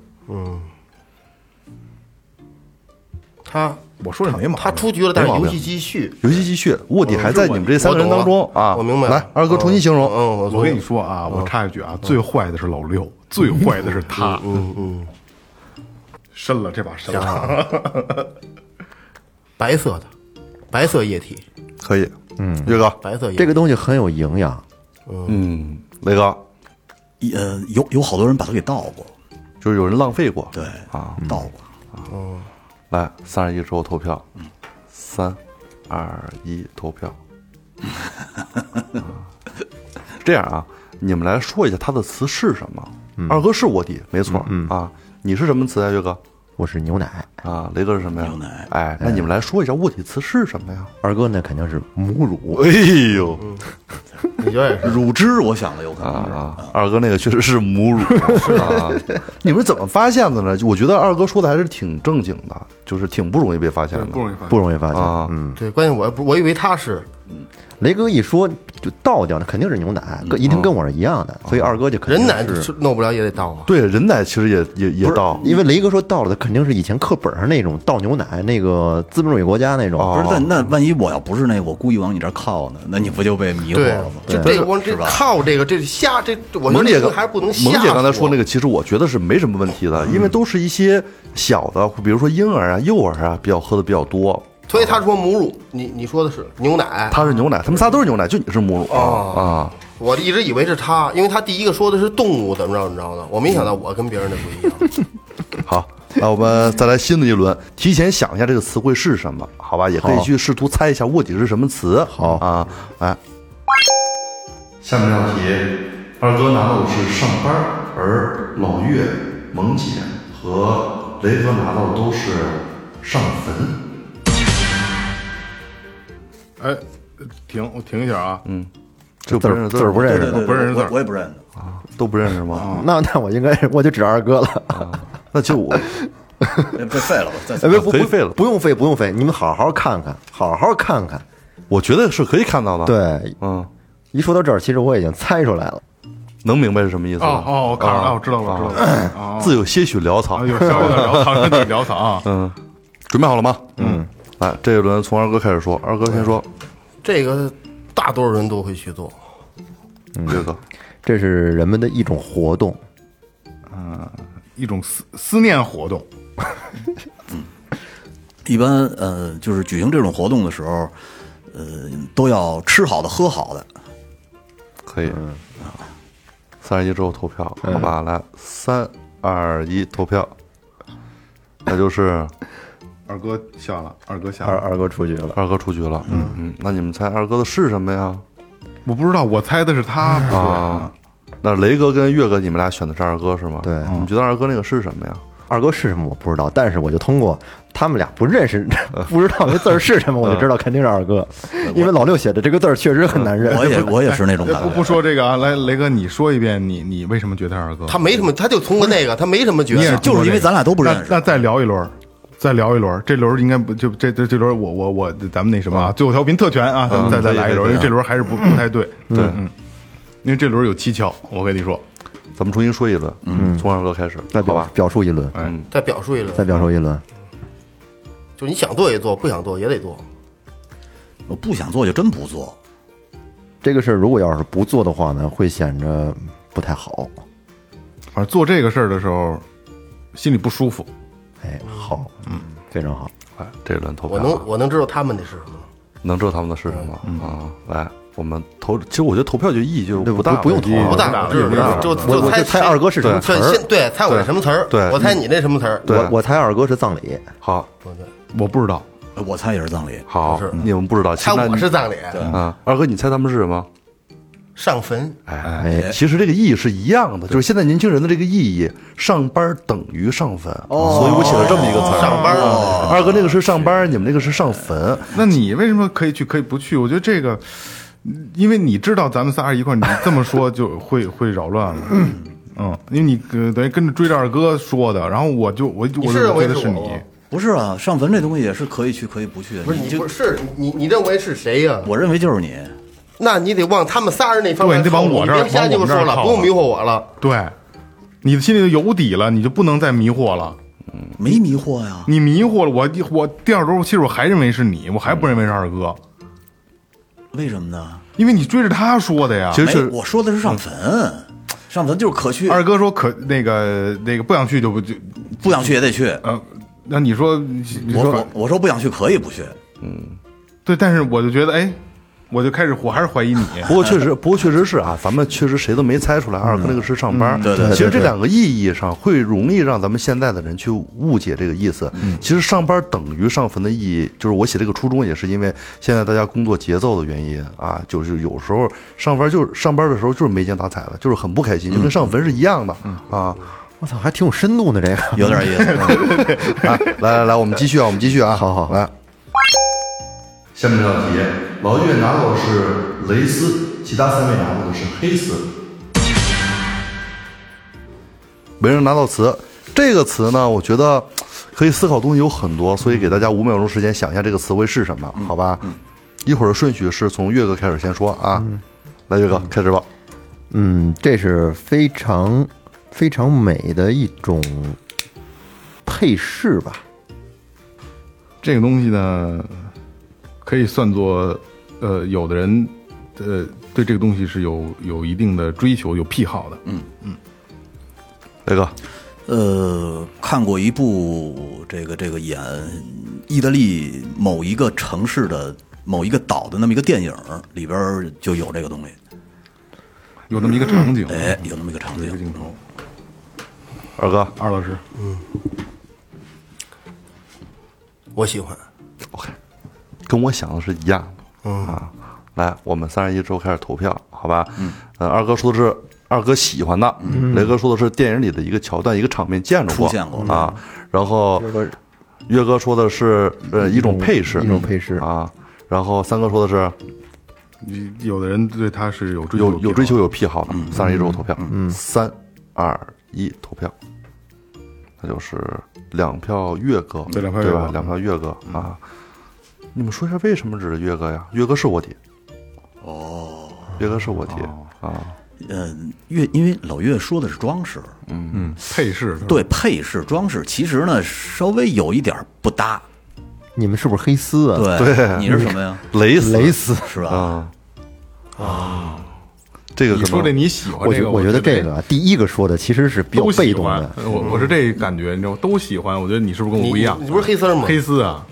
S4: 他
S3: 我说也没毛病
S4: 他出局了，但是
S6: 没毛
S4: 游
S6: 病
S4: 戏继续。
S6: 游戏继续，卧
S4: 嗯
S6: 底还在你们这三个人当中
S4: 我懂了
S6: 啊！
S4: 我明白了
S6: 来，二哥重新形容。
S4: 嗯，我
S3: 我跟你说啊，我插一句啊，最坏的是老六，最坏的是他。嗯嗯， [LAUGHS] 啊深了，这把深了。 [LAUGHS]
S4: 白色的，白色液体，
S6: 可以，嗯，岳哥，
S4: 白色液体
S2: 这个东西很有营养，
S6: 嗯，雷哥，
S5: 一呃，有有好多人把它给倒过，
S6: 就是有人浪费过，
S5: 对
S6: 啊，
S5: 倒过。
S6: 来，三二一之后投票，嗯三二一投票。啊这样啊，你们来说一下它的词是什么？二哥是卧底，没错啊。你是什么词啊，岳哥？
S2: 我是牛奶。
S6: 啊，雷哥是什么呀？
S5: 牛奶
S6: 哎，那你们来说一下卧底词是什么呀？
S2: 二哥那肯定是母乳，
S6: 哎呦
S4: 你觉得也是？
S5: 乳汁，我想的有可
S6: 啊
S5: 能是。
S6: 啊！二哥那个确实是母乳啊。 [LAUGHS] 你们是怎么发现的呢？我觉得二哥说的还是挺正经的，就是挺不容易被发现的，
S3: 嗯不容易发
S2: 不
S3: 现。
S2: 容易发现。
S6: 啊
S2: 嗯，
S4: 对，关键我也不，我以为他是
S2: 雷哥一说就倒掉，那肯定是牛奶，跟一定跟我是一样的，所以二哥就肯定
S4: 人奶
S2: 是
S4: 是弄不了也得倒啊。
S6: 对，人奶其实也也也到，
S2: 因为雷哥说倒了，他肯定是以前课本上那种倒牛奶，那个资本主义国家那种。
S5: 不是，但那万一我要不是那，我故意往你这儿靠呢，那你不就被迷惑
S4: 对
S5: 了吗，？
S4: 就这个我这靠这个这瞎这，我觉
S6: 萌
S4: 得
S6: 姐
S4: 这
S6: 刚
S4: 个还不能啊瞎
S6: 萌姐刚才说那
S4: 个，
S6: 个，其实我觉得是没什么问题的，
S4: 嗯
S6: 因为都是一些小的，比如说婴儿啊、幼儿啊，比较喝的比较多。
S4: 所以他说母乳，你你说的是牛奶，
S6: 他是牛奶，他们仨都是牛奶，就你是母乳
S4: 哦
S6: 啊
S4: 我一直以为是他，因为他第一个说的是动物怎么着怎么着的，我没想到我跟别人的不一
S6: [LAUGHS]
S4: 样。
S6: 好，那我们再来新的一轮，提前想一下这个词汇是什么，好吧？也可以去试图猜一下卧底是什么词。好啊，来，下面这道题，二哥拿到的是上班，而老岳、萌姐和雷哥拿到的都是上坟。
S3: 哎，停，我停一下啊。嗯，
S6: 就
S2: 字
S6: 不认
S2: 儿
S6: 识
S2: 字儿不认啊识
S5: 对
S2: 的，
S5: 对，
S3: 我不认识字
S5: 我
S3: 儿
S5: 我也不认识。
S6: 都不认识吗？
S2: 那那我应该是我就指二哥了。
S6: 那就
S2: [LAUGHS]
S6: 我
S5: 哎被废了吧？再
S2: 哎，不不
S6: 可以废了
S2: 不用废，不用废，你们好好看看，好好看看。
S6: 我觉得是可以看到的。，
S2: 对，
S6: 嗯，
S2: 一说到这儿，其实我已经猜出来了。
S6: 能明白是什么意思
S3: 哦
S6: 吗？
S3: 哦，我看着了，我知道了，我知道了。哦，
S6: 自有些许潦草
S3: 啊，。有稍微有点潦草，有点潦草啊。
S6: [LAUGHS] 准备好了吗？嗯，来，这一轮从二哥开始说，二哥先说，
S4: 这个大多数人都会去做，
S2: 嗯
S6: 这个
S2: 这是人们的一种活动，
S3: 一种思思念活动，
S5: 一般呃，就是举行这种活动的时候，呃，都要吃好的、喝好的。
S6: 可以。
S2: 嗯
S6: 三十一之后投票，好吧？来，三二一，投票。那就是
S3: 二哥笑了，二哥笑
S2: 二
S3: 了。
S2: 二哥出局了。
S6: 二哥出局了。嗯嗯，那你们猜二哥的是什么呀？
S3: 我不知道，我猜的是他，不是
S6: 啊，那雷哥跟岳哥，你们俩选的是二哥是吗？
S2: 对
S6: 你们觉得二哥那个是什么呀？
S2: 二哥是什么我不知道，但是我就通过他们俩不认识、 [LAUGHS] 不知道那字儿是什么，我就知道肯定是二哥，因为老六写的这个字儿确实很难认。
S5: [LAUGHS] 嗯我也我也是那种
S3: 不
S5: 感
S3: 不
S5: 觉。
S3: 说这个啊，来雷哥，你说一遍，你你为什么觉得二哥？
S4: 他没什么，他就通过那个，他没什么觉
S3: 你也
S4: 得。
S5: 就是因为咱俩都不认识
S3: 那那再聊一轮儿，再聊一轮儿，这轮儿应该不就这这这轮儿我我我咱们那什么啊，最后调频特权啊，咱们再再来一轮儿，因为这轮儿还是不不太对。对，嗯，因为这轮儿有蹊跷，我跟你说，
S6: 咱们重新说一轮，嗯，从二哥开始，
S2: 再
S6: 好
S2: 表
S6: 吧？嗯
S2: 表述一轮，
S4: 再表述一
S2: 再
S4: 轮，
S2: 表述一轮。
S4: 就你想做也做，不想做也得做。
S5: 我不想做就真不做。
S2: 这个事儿如果要是不做的话呢，会显着不太好。
S3: 反正做这个事儿的时候，心里不舒服。
S2: 哎，好，嗯，非常好。
S6: 哎，这一轮投票
S4: 我
S6: 啊，
S4: 能我能知道他们的是什么。
S6: 能知道他们的是什么啊？来，我们投，其实我觉得投票就意义就是
S2: 嗯对不
S6: 大，
S2: 不用投
S6: 意义
S4: 不
S6: 就
S4: 大
S6: 是，
S4: 就是就
S2: 我
S4: 就
S2: 我就猜二哥是什么词
S4: 对，
S2: 儿，
S4: 先对，猜我是什么词儿，
S6: 对
S4: 我猜你那什么词儿，
S6: 对
S2: 我我猜二哥是葬礼。
S6: 好，
S3: 我不知道，
S5: 我猜也是葬礼。
S6: 好
S4: 是，
S2: 嗯
S6: 你们不知道，
S4: 猜
S6: 其实那
S4: 我
S6: 你
S4: 是葬礼，
S6: 啊，二哥，你猜他们是什么？
S4: 上坟，
S2: 哎，
S6: 其实这个意义是一样的，就是现在年轻人的这个意义，上班等于上坟，
S4: 哦
S6: 所以我写了这么一个词儿。
S5: 哦
S4: 上班了。
S2: 哦
S6: 二哥那个是上班，你们那个是上坟，
S3: [LAUGHS] 那你为什么可以去，可以不去？我觉得这个，嗯因为你知道咱们仨人一块儿，你这么说就会会扰乱了。嗯，因为你呃等于跟着追着二哥说的，然后我就我我
S4: 是
S3: 就
S4: 认为
S3: 觉得
S4: 是
S3: 是
S4: 我
S3: 你
S4: 吗
S5: 不是啊，上坟这东西也是可以去可以不去的。
S4: 不是
S5: 你
S4: 你
S5: 就
S4: 不是你你认为是谁呀？
S5: 我认为就是你。
S4: 那你得往他们仨人那方
S3: 对
S4: 面
S3: 你得往
S4: 靠
S3: 我这儿
S4: 你别瞎鸡
S3: 往我
S4: 巴说
S3: 们这儿
S4: 了，
S3: 靠
S4: 不用迷惑我了。
S3: 对，你的心里就有底了，你就不能再迷惑了。
S5: 没迷惑呀。
S3: 你迷惑了我，我第二周其实我还认为是你，我还不认为是二哥，
S5: 为什么呢？
S3: 因为你追着他说的呀。
S6: 其实
S5: 没
S6: 是，
S5: 我说的是上坟，上坟就是可去，
S3: 二哥说可那个那个不想去就不就
S5: 不想去也得去。
S3: 呃，那你说你
S5: 我
S3: 说
S5: 我我说不想去可以不去，
S3: 对，但是我就觉得哎，我就开始我还是怀疑你。
S6: 不过确实，不过确实是啊，咱们确实谁都没猜出来二哥那个是上班。
S5: 嗯对对对
S6: 其实这两个意义上会容易让咱们现在的人去误解这个意思。
S5: 嗯
S6: 其实上班等于上坟的意义，就是我写这个初衷也是因为现在大家工作节奏的原因啊，就是有时候上班就是上班的时候就是没精打采的，就是很不开心，就跟上坟是一样的
S5: 嗯
S6: 啊。
S2: 我操，还挺有深度的这个。
S5: 有点意思。
S6: 来来来来，我们继续啊，我们继续啊，
S2: 好好
S6: 来。下面这道题，老岳拿到的是蕾丝，其他三位拿到的是黑丝。没人拿到词，这个词呢，我觉得可以思考的东西有很多，所以给大家五秒钟时间想一下这个词汇是什么，好吧？一会儿顺序是从岳哥开始先说啊，来岳哥开始吧。
S2: 嗯，这是非常非常美的一种配饰吧？
S3: 这个东西呢，可以算作，呃，有的人，呃，对这个东西是有有一定的追求、有癖好的。嗯，
S6: 岳哥，
S5: 呃，看过一部这个这个演意大利某一个城市的某一个岛的那么一个电影，里边儿就有这个东西，
S3: 有那么一个场
S2: 嗯
S3: 景，
S5: 哎，有那么一个场
S3: 嗯有一个
S5: 景。
S3: 镜头。
S6: 二哥
S3: 二老师，
S4: 我喜欢。
S6: 跟我想的是一样的。
S2: 嗯
S6: 啊，来，我们三十一之后开始投票，好吧？嗯，呃，二哥说的是二哥喜欢的，
S2: 嗯
S6: 雷哥说的是电影里的一个桥段、一个场面见着过，
S5: 出现过
S6: 啊。
S2: 嗯
S6: 然后岳哥说的是呃一种配饰，
S2: 一种配饰
S6: 啊。然后三哥说的是
S3: 你有的人对他是有追求
S6: 有有追求、
S3: 癖
S6: 有癖好的，三十一之后投票，嗯，三二一投票，那就是两票岳哥，
S3: 对两票
S6: 对
S3: 岳
S6: 吧？
S3: 哥
S6: 两票岳哥啊。你们说一下为什么指岳哥呀？岳哥是卧底。哦，岳哥是卧底啊。
S5: 嗯，岳因为老岳说的是装饰，
S3: 好配饰，
S5: 对配饰装饰，其实呢稍微有一点儿不搭。
S2: 你们是不是黑丝啊？，
S5: 对，
S6: 对
S5: 你是什么呀？
S6: 蕾丝，
S2: 蕾丝。
S5: 是吧？
S6: 啊这个
S3: 你
S6: 可能
S3: 说这你喜欢
S2: 我
S3: 这
S2: 觉
S3: 个，
S2: 我
S3: 觉
S2: 得这个啊第一个说的其实是比较
S3: 都
S2: 被
S3: 喜
S2: 动
S3: 欢呃
S2: 的，。
S3: 我我是这感觉，你知道，都喜欢。我觉得你是不是跟我
S4: 你
S3: 不一样？
S4: 你你不是黑丝儿吗嗯
S3: 黑丝啊，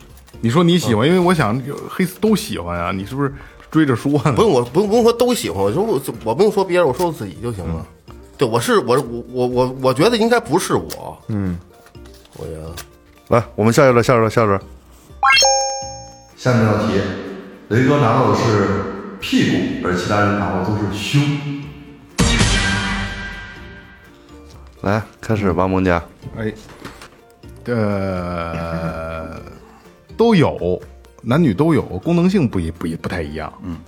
S3: 你说你喜欢，因为我想黑丝都喜欢啊，你是不是追着说呢？
S4: 不用我不用不用说都喜欢，我说我我不用说别人，我说我自己就行了。
S2: 嗯
S4: 对，我是我我我我我觉得应该不是我，嗯，我觉得
S6: 来，我们下一轮，下一轮，下一轮。下面这道题，雷哥拿到的是屁股，而其他人拿到的都是胸。来，开始吧，萌姐。
S3: 哎，呃，都有，男女都有，功能性不一不一不太一样。嗯，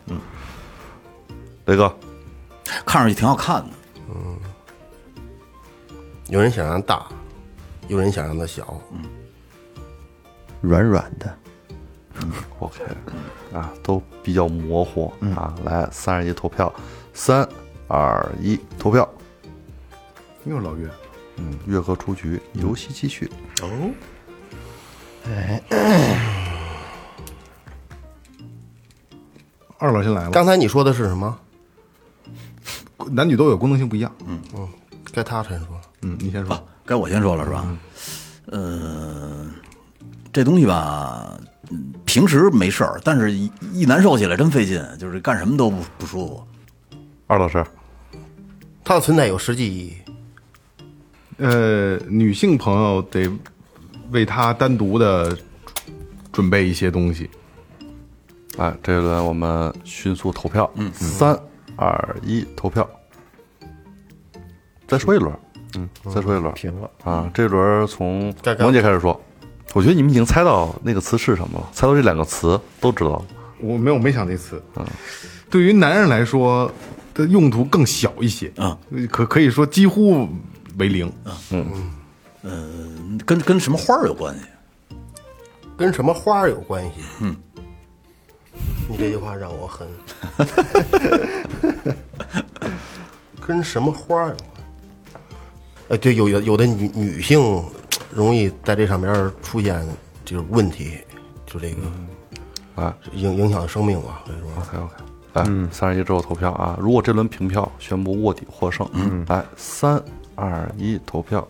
S6: 雷哥，
S5: 看上去挺好看的。
S4: 有人想让它大，有人想让它小，
S2: 软软的，
S6: OK，啊，都比较模糊啊。来，三十一投票，三二一投票。
S3: 又是老岳，
S6: 嗯，月哥出局，游戏继续。
S2: 嗯
S3: 二老先来
S2: 哦
S3: 吧。
S4: 刚才你说的是什么？
S3: 男女都有，功能性不一样。
S4: 该他先说。
S3: 嗯，你先说。
S5: 该我先说了是吧？
S6: 嗯
S5: 呃，这东西吧，嗯平时没事儿，但是一一难受起来真费劲，就是干什么都不不舒服。
S6: 二老师，
S4: 它的存在有实际意义，
S3: 呃，女性朋友得为他单独的准备一些东西。
S6: 哎，这一轮我们迅速投票，嗯，三二一，投票。再说一轮，嗯，再说一轮
S2: 平了。
S6: 啊！这轮从
S4: 该该
S6: 萌姐开始说，我觉得你们已经猜到那个词是什么了，猜到这两个词都知道了。
S3: 我没有没想这词。对于男人来说，的用途更小一些
S5: 啊，
S3: 可可以说几乎为零。
S5: 嗯跟跟什么花儿有关系？
S4: 跟什么花儿有关系？嗯，你这句话让我很， [LAUGHS] 哎跟什么花儿有关？呃，对，有有有的女女性容易在这上面儿出现就是问题，就这个
S6: 哎
S4: 影影响生命嗯啊，所以说。
S6: ，OK OK，来，哎三十一之后投票啊！如果这轮平票宣布卧底获胜，嗯，来，三二一投票，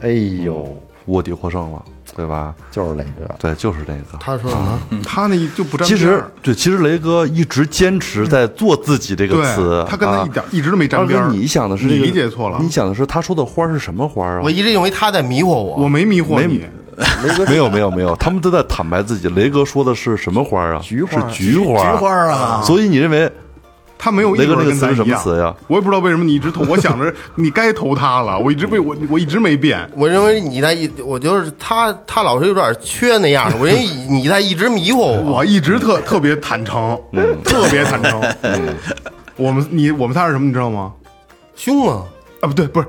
S2: 哎呦，
S6: 卧底获胜了，对吧？
S2: 就是那个，
S6: 对，就是这个。
S4: 他说什么？
S3: 他那就不沾
S6: 其
S3: 边
S6: 实
S3: 儿，
S6: 对，其实雷哥一直坚持在做自己这个
S3: 对
S6: 词，
S3: 他跟他一点
S6: 啊
S3: 一直都没沾边儿
S6: 二哥你想的是
S3: 你
S6: 这个
S3: 理解错了
S6: 你想的是他说的花儿是什么花儿啊
S4: 我？一直认为他在迷惑我。
S3: 我没迷惑
S6: 没
S3: 你， [LAUGHS]
S6: 没有没有没有，他们都在坦白自己。雷哥说的是什么花儿啊？
S2: 菊花
S6: 是菊花，
S5: 菊花啊
S6: 所以你认为
S3: 他没有一
S6: 雷哥
S3: 轮
S6: 那个
S3: 跟
S6: 词
S3: 咱
S6: 是
S3: 一
S6: 什么
S3: 样。
S6: 词呀？
S3: 我也不知道为什么你一直投，我想着你该投他了，我一直被我我一直没变。
S4: 我认为你在一，我就是他，他老是有点缺那样的。我认为你你在一直迷惑我。
S3: 我一直特特别坦诚，
S6: 嗯
S3: 特别坦诚。我们你我们仨是什么你知道吗？
S4: 凶啊！
S3: 啊，不对，不是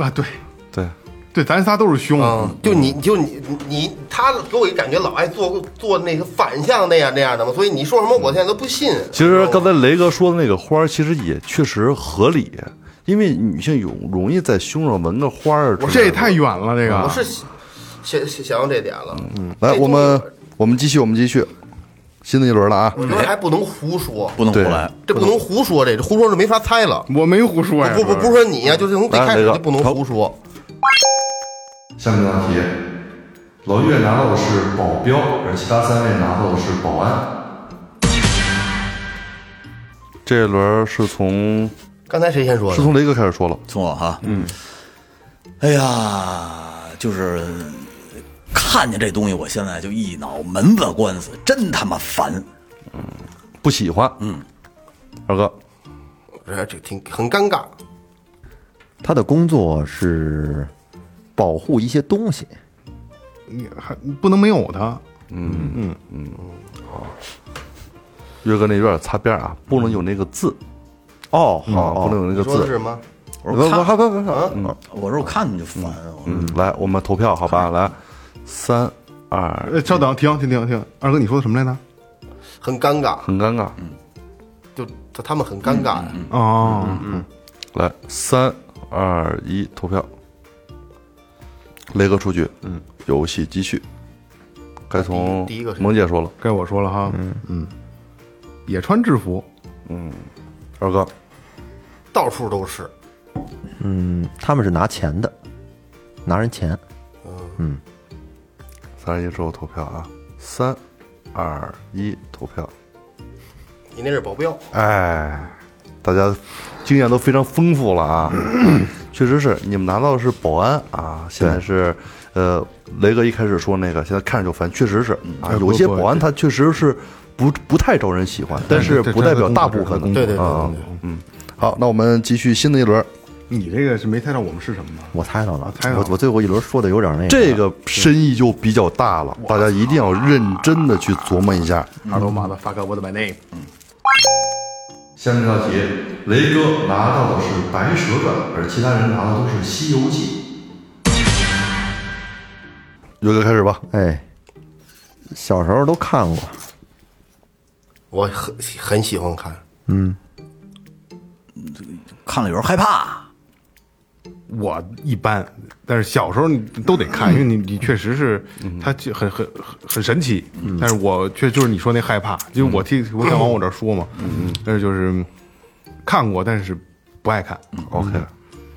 S3: 啊，对
S6: 对，
S3: 对，咱仨都是凶。
S6: 嗯
S4: 啊，就你就你你他给我一感觉老爱做做那个反向那样那样的嘛，所以你说什么我现在都不信。
S6: 嗯其实刚才雷哥说的那个花儿，其实也确实合理，因为女性有容易在胸上纹个花儿之类的。
S3: 这也太远了，这
S4: 我
S3: 个
S4: 是想想想到这点了，嗯，
S6: 来，我们我们继续，我们继续，新的一轮了啊！
S4: 我觉得还不能胡说，
S5: 不能胡
S6: 对
S5: 来。
S4: 这不能胡说，这这胡说是没法猜了。
S3: 我没胡说呀，
S4: 不不不是说你
S6: 嗯
S4: 呀，就是从最开始就不能胡说。
S6: 下面道题，老岳拿到的是保镖，而其他三位拿到的是保安。这一轮是从
S4: 刚才谁先说
S6: 是
S4: 的？
S6: 从雷哥开始说了，
S5: 从我哈，嗯，哎呀，就是看见这东西，我现在就一脑门子官司，真他妈烦。
S6: 不喜欢。嗯，二哥，
S4: 哎这这挺很尴尬。
S2: 他的工作是保护一些东西，
S3: 你还不能没有他。
S6: 岳哥那有点擦边啊，不能有那个字
S2: 哦，
S6: 啊，
S2: 好，
S6: 不能有那
S4: 你
S6: 个
S4: 说的是
S6: 字。
S4: 什么？
S2: 不不不不不，
S5: 我说我看见就烦，我
S6: 嗯，来，我们投票好吧？来，三二，
S3: 呃，稍等，停停停停，二哥你说的什么来着？
S4: 很尴尬，
S6: 很尴尬。
S4: 就他他们很尴尬
S6: 嗯
S4: 呀。
S3: 哦，
S6: 来，三二一，投票。雷哥出局，嗯，游戏继续。该从
S4: 第一第一个谁
S6: 萌姐说了，
S3: 该我说了哈，嗯嗯，也穿制服，
S6: 二哥，
S4: 到处都是，
S2: 嗯，他们是拿钱的，拿人钱，
S6: 三十一之后投票啊，三二一，投票。
S4: 你那是保镖，
S6: 哎，大家经验都非常丰富了
S4: [CLEARS THROAT]
S6: 啊，确实是你们拿到的是保安啊，现在是呃，雷哥一开始说那个，现在看着就烦，确实是
S4: 嗯
S6: 啊，
S3: 哎
S6: 有一些
S3: 不不
S6: 保安他确实是不不太招人喜欢，但是
S3: 这
S6: 不
S3: 这
S6: 代
S3: 是
S6: 表
S3: 工
S6: 大
S3: 作这
S6: 部
S3: 是
S6: 分的
S3: 工。
S4: 对对对
S6: 啊
S4: 对对，哎
S6: 嗯，好，那我们继续新的一轮。
S3: 你这个是没猜到我们是什么吧？
S2: 我猜到了，
S3: 猜到了
S2: 我我最后一轮说的有点那个，
S6: 这个深意就比较大了，大家一定要认真的去琢磨一下。
S3: 阿罗马的发哥，我的 my name。
S6: 下面这道题，雷哥拿到的是《白蛇传》，而其他人拿的都是《西游记》。岳哥开始吧，
S2: 哎，小时候都看过，
S4: 我很很喜欢看。
S5: 看了有时候害怕。
S3: 我一般，但是小时候你都得
S6: 嗯
S3: 看，因为你你确实是，它就很很很很神奇。
S6: 嗯
S3: 但是我却就是你说那害怕，因为我替我想往我这儿说嘛，
S6: 嗯
S3: 但是就是看过，但是不爱看。
S6: OK，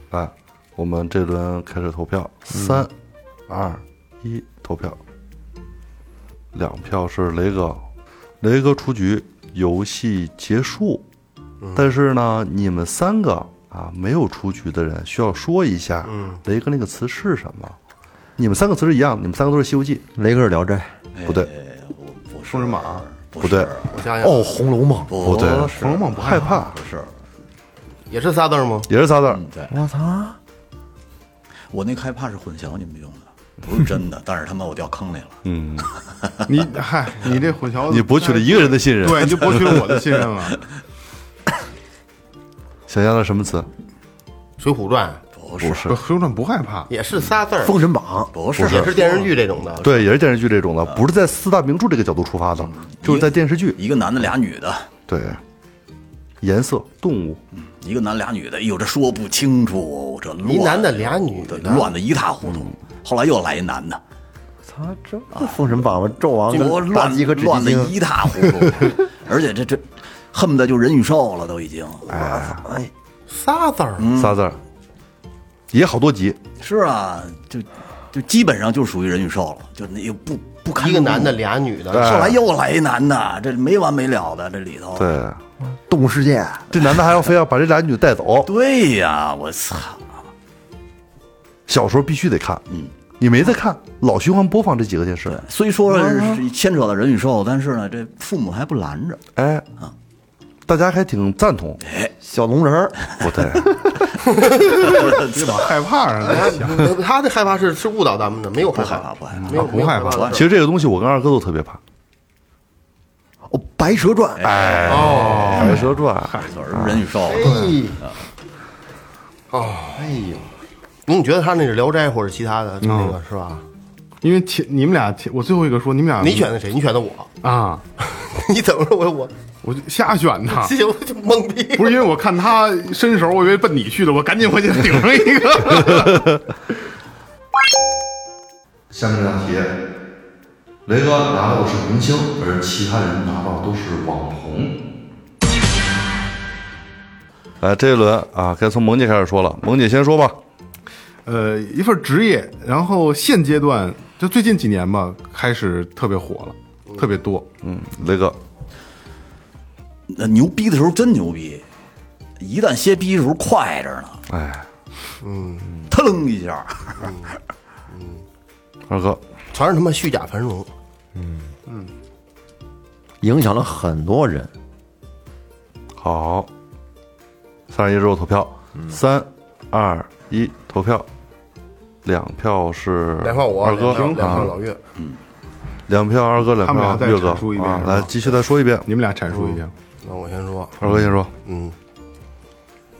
S6: 来，
S2: 嗯
S6: 我们这轮开始投票，三、二、一，投票。两票是雷哥，雷哥出局，游戏结束。
S2: 嗯
S6: 但是呢，你们三个啊，没有出局的人需要说一下，
S2: 嗯
S6: 雷哥那个词是什么？你们三个词是一样的，你们三个都是《西游记哎
S2: 雷哥是《聊斋》，》，
S6: 不对，
S5: 不是
S3: 风人
S2: 啊
S3: 马，
S5: 不
S6: 不
S5: 是
S6: 对，
S4: 我想想，
S2: 哦，《红楼梦》，
S5: 不
S6: 不对
S5: 是
S3: 红楼梦不
S6: 害怕
S5: 不是，
S4: 也是仨字儿吗？
S6: 也是仨字儿。
S5: 嗯，对
S2: 我操，
S5: 我那个害怕是混淆你们用的，不是真的，但是他妈我掉坑里了。
S6: 嗯，
S3: 你嗨，你这混淆，
S6: 你博取了一个人的信任，
S3: 对，你就博取了我的信任了。
S6: [LAUGHS] 想象的什么词？
S4: 《水浒传
S5: 不是，
S3: 不，说传不害怕》，
S4: 也是仨字儿，
S2: 《封神榜
S5: 不是，
S4: 也是电视剧这种的。
S6: 对，也是电视剧这种的，不是在四大名著这个角度出发的，就是在电视剧。
S5: 一个男的，俩女的，
S6: 对，颜色、动物，
S5: 一个男俩女的，哎呦，这说不清楚，这乱
S4: 一男的俩女
S5: 对
S4: 的，
S5: 乱的一塌糊涂。后来又来一男的，
S2: 操，这啊封神榜吧，纣王
S5: 给我
S2: 跟妲
S5: 乱
S2: 己和酯
S5: 乱的
S2: 精，
S5: 一塌糊涂，而且这这恨不得就人与兽了，都已经。哎，
S4: 仨字儿，
S6: 仨字儿，也好多集，
S5: 是啊，就就基本上就属于人与兽了，就那又不不堪
S4: 一
S5: 入
S4: 个
S5: 目
S4: 男的，俩女的，
S5: 后来又来一男的，这没完没了的这里头。
S6: 对，
S2: 动物世界，
S6: 这男的还要非要把这俩女带走，
S5: 对呀，我操！
S6: 小时候必须得看，嗯，你没得看，老循环播放这几个电视，
S5: 虽说
S4: 嗯
S5: 是牵扯到人与兽，但是呢，这父母还不拦
S4: [LAUGHS]
S5: 着。
S6: 哎，大家还挺赞同，
S2: 小龙人儿，
S6: 不对，
S3: 别老害怕啊！
S4: 他他的害怕是是误导咱们的，没有害
S5: 不害怕不害怕
S4: 没有
S3: 啊不
S4: 没有
S3: 害怕
S4: 的事儿
S6: 其实这个东西我跟二哥都特别怕，
S2: 哦，《白蛇传》
S6: 哎，哦，《白蛇传》
S5: 人与兽，
S4: 嗯哎哦您哎觉得他那是《聊斋》或者其他的就那个是吧？
S3: 因为前你们俩前，我最后一个说你们俩
S4: 你选的谁？你选的我， [LAUGHS]
S3: 啊，
S4: 你怎么说我我
S3: 我就瞎选的，
S4: [LAUGHS] 这我就懵逼。
S3: 啊不是因为我看他伸手，我以为奔你去的，我赶紧回去顶上一
S4: [LAUGHS]
S3: 个。
S6: 下面这道题，雷哥拿到的是明星，而其他人拿到都是网红。哎，这一轮啊，该从萌姐开始说了。萌姐先说吧。
S3: 呃，一份职业，然后现阶段就最近几年吧，开始特别火了，特别多。
S6: 嗯，雷哥，
S5: 那牛逼的时候真牛逼，一旦歇逼的时候快着呢，
S6: 哎，
S5: 腾楞一下。
S6: 二哥，
S4: 全是他妈虚假繁荣，
S2: 影响了很多人。
S6: 好，三十一之后投票，
S3: 嗯
S6: 三二一，投票。两票是
S4: 两票我，
S6: 二哥，
S4: 两
S6: 啊
S4: 票老岳，
S6: 两票二哥，两
S3: 他们俩
S6: 票
S3: 再
S6: 岳哥
S3: 阐述一遍
S6: 啊
S3: 是，吧
S6: 来继续再说一遍。
S3: 你们俩阐述一下，
S4: 那我先说，
S6: 二哥先说，
S4: 嗯，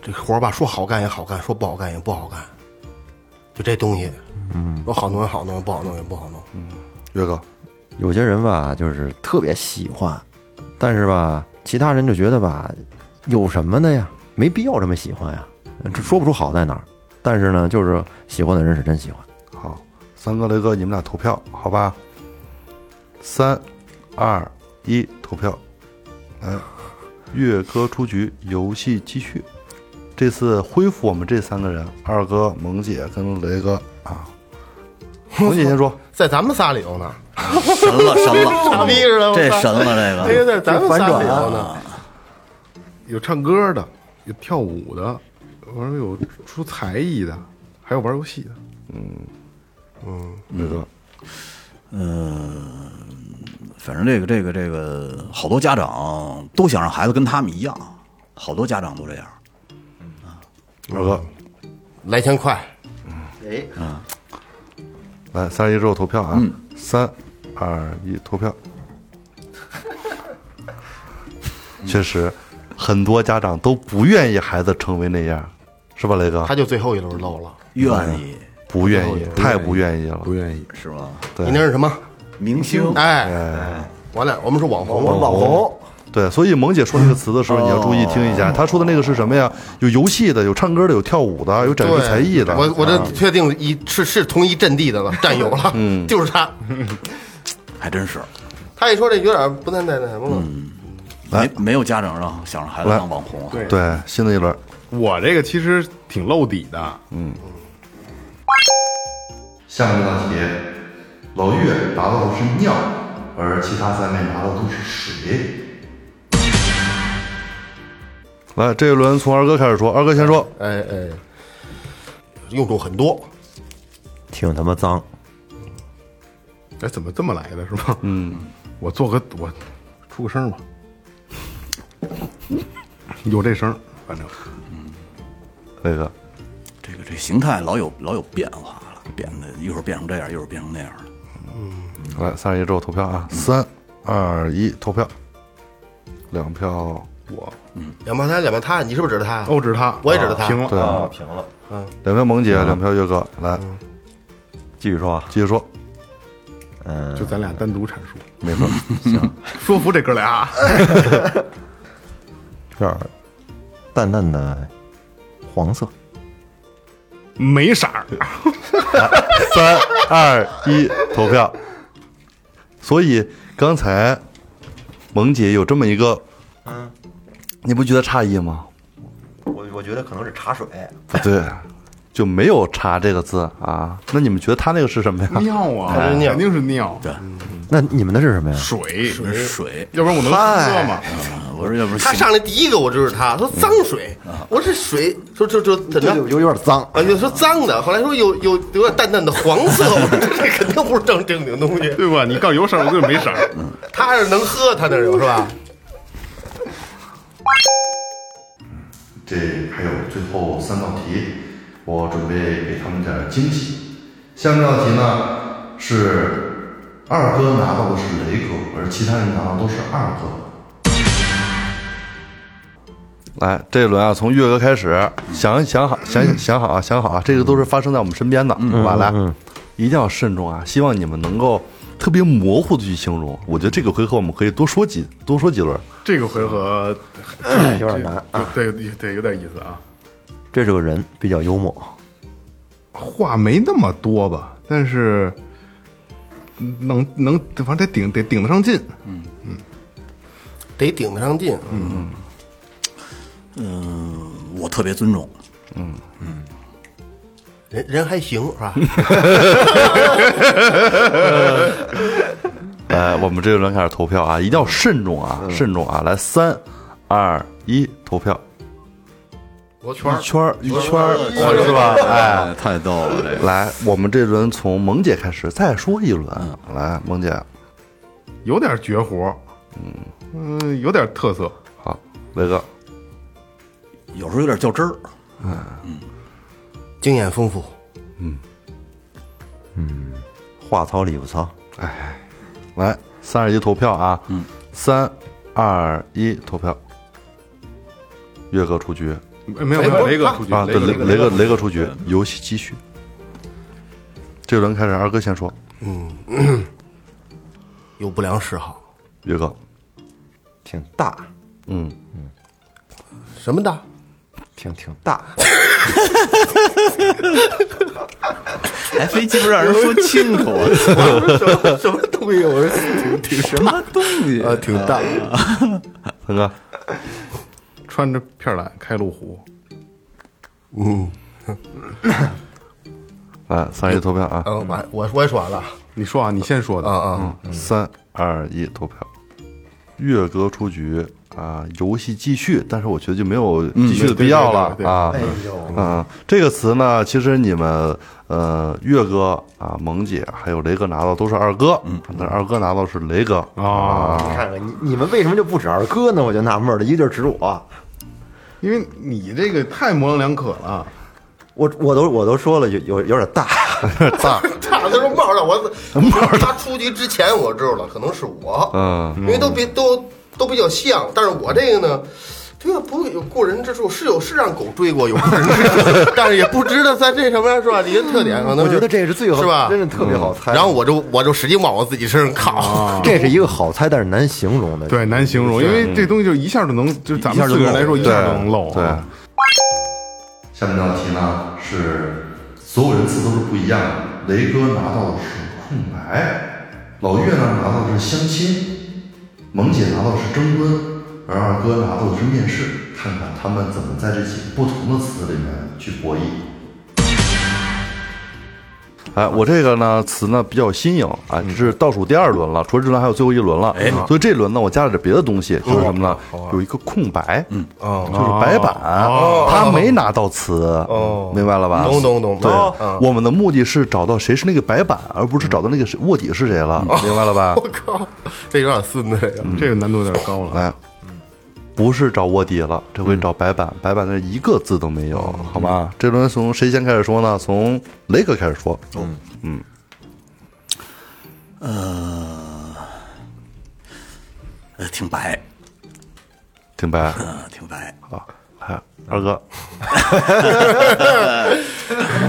S4: 这活儿吧，说好干也好干，说不好干也不好干，就这东西，嗯，说好弄也好弄，不好弄也不好弄，
S6: 岳哥，
S2: 有些人吧，就是特别喜欢，但是吧，其他人就觉得吧，有什么的呀？没必要这么喜欢呀，这说不出好在哪儿。但是呢，就是喜欢的人是真喜欢。
S6: 好，三哥、雷哥，你们俩投票，好吧？三、二、一，投票。来，月哥出局，游戏继续。这次恢复我们这三个人，二哥、萌姐跟雷哥啊。萌姐先说，
S4: 在咱们仨里头呢，
S5: 神
S4: [LAUGHS]
S5: 了，神了，
S4: 傻逼似的我操
S5: 这神了，
S4: 哎
S5: 这
S4: 呀，
S5: 个啊
S4: 在啊咱们仨里头呢，
S3: 有唱歌的，有跳舞的，完了有出才艺的，还有玩游戏的。
S6: 雷哥，
S5: 呃反正这个这个这个，好多家长都想让孩子跟他们一样，好多家长都这样。
S6: 二哥，
S4: 来钱快，
S6: 来，三十一之后投票啊！三、二、一，投票。确实，很多家长都不愿意孩子成为那样，是吧，雷哥？
S4: 他就最后一轮漏了，
S5: 愿意
S6: 不愿意，太不愿意了。
S3: 不愿意，
S5: 是吗？
S4: 你那是什么？
S5: 明星
S4: 哎，我俩我们是网红，网
S5: 哦
S6: 红。对，所以萌姐说这个词的时候，你要注意听一下。她说的那个是什么呀？有游戏的，有唱歌的，有跳舞的，有展示
S4: 对
S6: 才艺的。啊
S4: 我我这确定一是是同一阵地的了，战友了，就是他。
S5: 还真是，
S4: 他一说这有点不太那那什么了，
S5: 没没有家长让想让孩子
S6: 来
S5: 当网红啊。
S3: 对
S6: 对新的一轮，
S3: 我这个其实挺露底的，
S6: 下面这道题，老岳拿到的是尿，而其他三位拿到的都是水。来，这一轮从二哥开始说，二哥先说。
S4: 哎哎，用处很多，
S2: 挺他妈脏，
S3: 哎，怎么这么来的是吧？嗯，我做个我出个声吧，有这声儿，反正
S6: 那个
S5: 这个这形态老有老有变化了，变得一会儿变成这样，一会儿变成那样的。
S6: 来，三十一之后投票啊，三二一，投票。两票我，
S4: 两票他，两票他，你是不是指的他？啊
S3: 哦，指他，
S4: 我也指着他
S3: 停了，
S6: 对，
S2: 啊
S6: 平了。两票萌姐，两票岳哥，来
S2: 继续说啊。
S6: 继续说。
S3: 就咱俩单独阐述， [LAUGHS] 啊没错，行，说服这哥俩，
S2: 有点淡淡的黄色。
S3: 没
S2: [LAUGHS]
S3: 色儿，
S6: 三二一，投票。所以刚才萌姐有这么一个，你不觉得诧异吗？
S2: 我我觉得可能是茶水，
S6: 不对，就没有“茶”这个字啊。那你们觉得他那个是什么呀？
S3: 尿啊，
S4: 还是尿
S3: 肯定是尿，
S2: 那你们的是什么呀？
S3: 水，
S5: 哎水，啊
S3: 要不然我能喝吗？
S5: 我说要不
S4: 他
S5: 行
S4: 上来第一个我就是他，说脏水，我说这水，说这这怎么着？
S2: 有有点脏。
S4: 啊，就说脏的，后来说有有有点淡淡的黄色，我说 [LAUGHS] 这肯定不是正正经东西。
S3: 对吧？你告诉有色儿，我就是没色儿。
S2: 嗯
S4: 他要是能喝，他那有是吧？
S6: 这还有最后三道题，我准备给他们点儿惊喜。下面这道题呢是二哥拿到的是雷哥，而其他人拿到都是二哥。来，这一轮啊，从月哥开始，想想好，想想好啊，想好啊，这个都是发生在我们身边的，好吧？来，一定要慎重啊！希望你们能够特别模糊的去形容。我觉得这个回合我们可以多说几多说几轮。
S3: 这个回合
S2: 嗯有点难。啊
S3: 有对有对有点意思啊，
S2: 这是个人，比较幽默，
S3: 话没那么多吧，但是能能反正得顶得顶得上劲。
S4: 嗯得顶得上劲。
S5: 嗯，我特别尊重，
S4: 人人还行是吧？
S6: 呃，我们这一轮开始投票啊，一定要慎重啊，慎重啊！来，三、二、一，投票。
S4: 罗圈儿
S3: 嗯
S6: 一圈儿一圈儿，
S5: 我是吧？哎，太逗了，这个
S6: 来，我们这轮从萌姐开始，再说一轮。来，萌姐，
S3: 有点绝活，嗯有点特色，
S6: 好，雷哥，
S5: 有时候有点较真儿，
S4: 经验丰富，
S2: 话糙理不糙。
S6: 来，三二一，投票啊！嗯，三二一，投票。月哥出局
S3: 没没有没有雷哥出局
S6: 啊，对，雷雷
S3: 雷
S6: 哥雷哥出局，游戏继续。这轮开始，二哥先说，
S4: 有不良嗜好，
S6: 月哥，
S2: 挺大，
S6: 嗯，
S4: 什么的？啊
S2: 挺挺大，
S5: 还非鸡巴让人说清楚，啊
S4: 什么什么东西？我说挺
S5: 什么东西？
S4: 啊，挺大。
S6: 恒哥，
S3: 穿着片儿蓝开路虎，
S4: 嗯，
S6: 来，三二一，投票啊！
S4: 啊，完，我我也说完了。
S3: 你说啊，你先说的
S4: 啊啊，
S6: 三嗯二一，投票。月哥出局啊，游戏继续，但是我觉得就没有继续的必要了、
S3: 对对对对
S6: 啊。嗯，这个词呢，其实你们呃，月哥啊，萌姐还有雷哥拿到都是二哥，嗯，但是二哥拿到是雷哥
S3: 啊，
S2: 你看看你你们为什么就不指二哥呢？我就纳闷了，一个劲儿指我。
S3: 因为你这个太模棱两可了。
S2: 我我都我都说了有有有点大，
S6: 大，
S4: 他那时候冒着我，他出局之前我知道了，可能是我，
S6: 嗯，
S4: 因为都比都都比较像，但是我这个呢。对啊，不会有过人之处，是有是让狗追过有过人之处，但是也不值得在这上面是吧？你的特点可
S2: 嗯我
S4: 能是
S2: 觉得这是最好，
S4: 是吧？嗯
S2: 真是特别好猜。
S4: 然后我就我就使劲往我自己身上靠，
S2: 这是一个好猜，但是难形容的。
S3: 对，难形容，因为这东西就一下就能，就咱们四个人来说，一下就能漏。啊
S6: 对。，下面这道题呢是所有人词都是不一样的，雷哥拿到的是空白，老岳呢拿到的是相亲，萌姐拿到的是征婚，而二哥拿到的是面试。看看他们怎么在这几个不同的词里面去博弈。哎，我这个呢词呢比较新颖啊，
S4: 嗯
S6: 这是倒数第二轮了，除了这轮还有最后一轮了，
S4: 哎
S6: 所以这轮呢我加了点别的东西，就是什么呢？
S4: 哦啊
S6: 有一个空白，嗯，就是白板，
S4: 哦
S6: 他没拿到词，明白了吧？
S4: 懂懂懂
S6: 对
S4: 哦，
S6: 我们的目的是找到谁是那个白板，而不是找到那个谁卧底是谁了，
S4: 嗯
S6: 明白了吧？
S4: 我靠，这有点孙子这个。
S3: 嗯这个难度有点高了。
S6: 来，哎
S4: 嗯
S6: 不是找卧底了，这回找白板，白板那一个字都没有，
S4: 嗯
S6: 好吧？这轮从谁先开始说呢？从雷哥开始说，
S5: [LAUGHS]
S4: 嗯
S5: 呃挺白，
S6: 挺白，
S5: 嗯，挺白，
S6: 哎
S4: [LAUGHS]
S6: 二哥，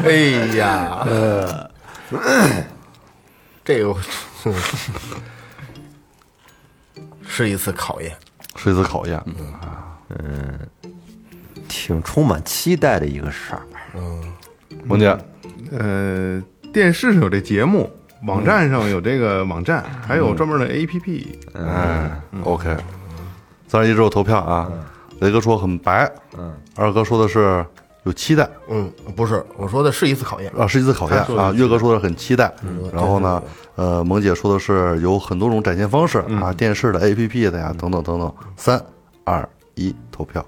S4: 哎呀，这个是一次考验。
S6: 是一次考验，嗯，
S2: 挺充满期待的一个事儿。
S6: 萌姐，
S3: 呃，电视上有这节目，网站上有这个网站，还有专门的 APP。
S6: 哎，OK，三十一之后投票啊。雷哥说很白，嗯，二哥说的是有期待
S4: 嗯，不是，我说的是一次考验。
S6: 啊，是一嗯次考验啊。岳哥说的是很期待，然后呢，呃，萌姐说的是有很多种展现方式啊，电视的、APP 的呀，等等等等。三二一，投票。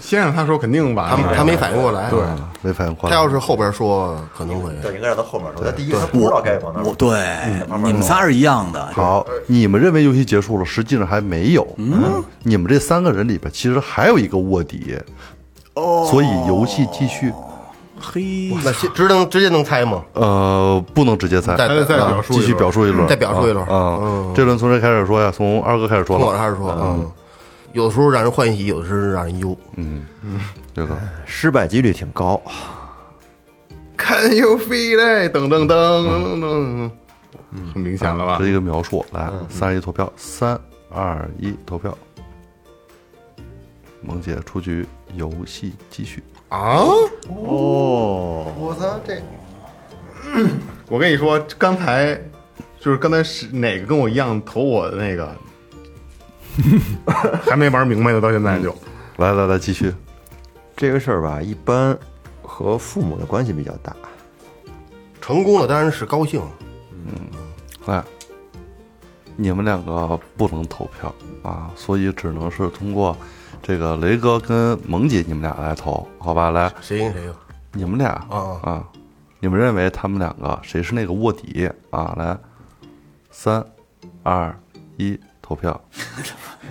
S3: 先让他说，肯定完
S4: 他
S3: 了。
S4: 他没反应过来，对，
S6: 啊没反应过
S4: 他
S6: 来。
S4: 要是后边说，可能会
S2: 对，应该让他后面说，他第一个他不知道该往哪
S5: 我对你们仨是一样的，
S6: 好，你们认为游戏结束了，实际上还没有。嗯，你们这三个人里边，其实还有一个卧底，哦，所以游戏继续。
S5: 嘿，
S4: 那先直能直接能猜吗？
S6: 呃，不能直接猜，
S4: 再
S3: 再表述一
S6: 继续
S3: 轮
S6: 表述一轮，
S4: 嗯再表述一轮嗯
S6: 啊。啊这轮从谁开始说呀？从二哥开始说
S4: 从我这
S6: 了。
S4: 开始说，嗯，有的时候让人欢喜，有的时候让人忧。
S6: 这个
S2: 失败几率挺高。
S3: Can you feel it？噔噔噔噔噔噔，很明显了吧
S6: 这？是一个描述，来，
S4: 嗯
S6: 三二一投票，三二一投票。萌姐出局，游戏继续。
S4: 啊！哦，我操，这
S3: 我跟你说，刚才就是刚才是哪个跟我一样投我的那个，还没玩明白呢，到现在就。
S6: 来来来，继续。
S2: 这个事儿吧，一般和父母的关系比较大。
S4: 成功了当然是高兴，
S6: 哎，你们两个不能投票啊，所以只能是通过这个雷哥跟萌姐你们俩来投，好吧？来，
S4: 谁赢谁赢。
S6: 你们俩
S4: 啊
S6: 啊，你们认为他们两个谁是那个卧底啊？来，三二一，投票。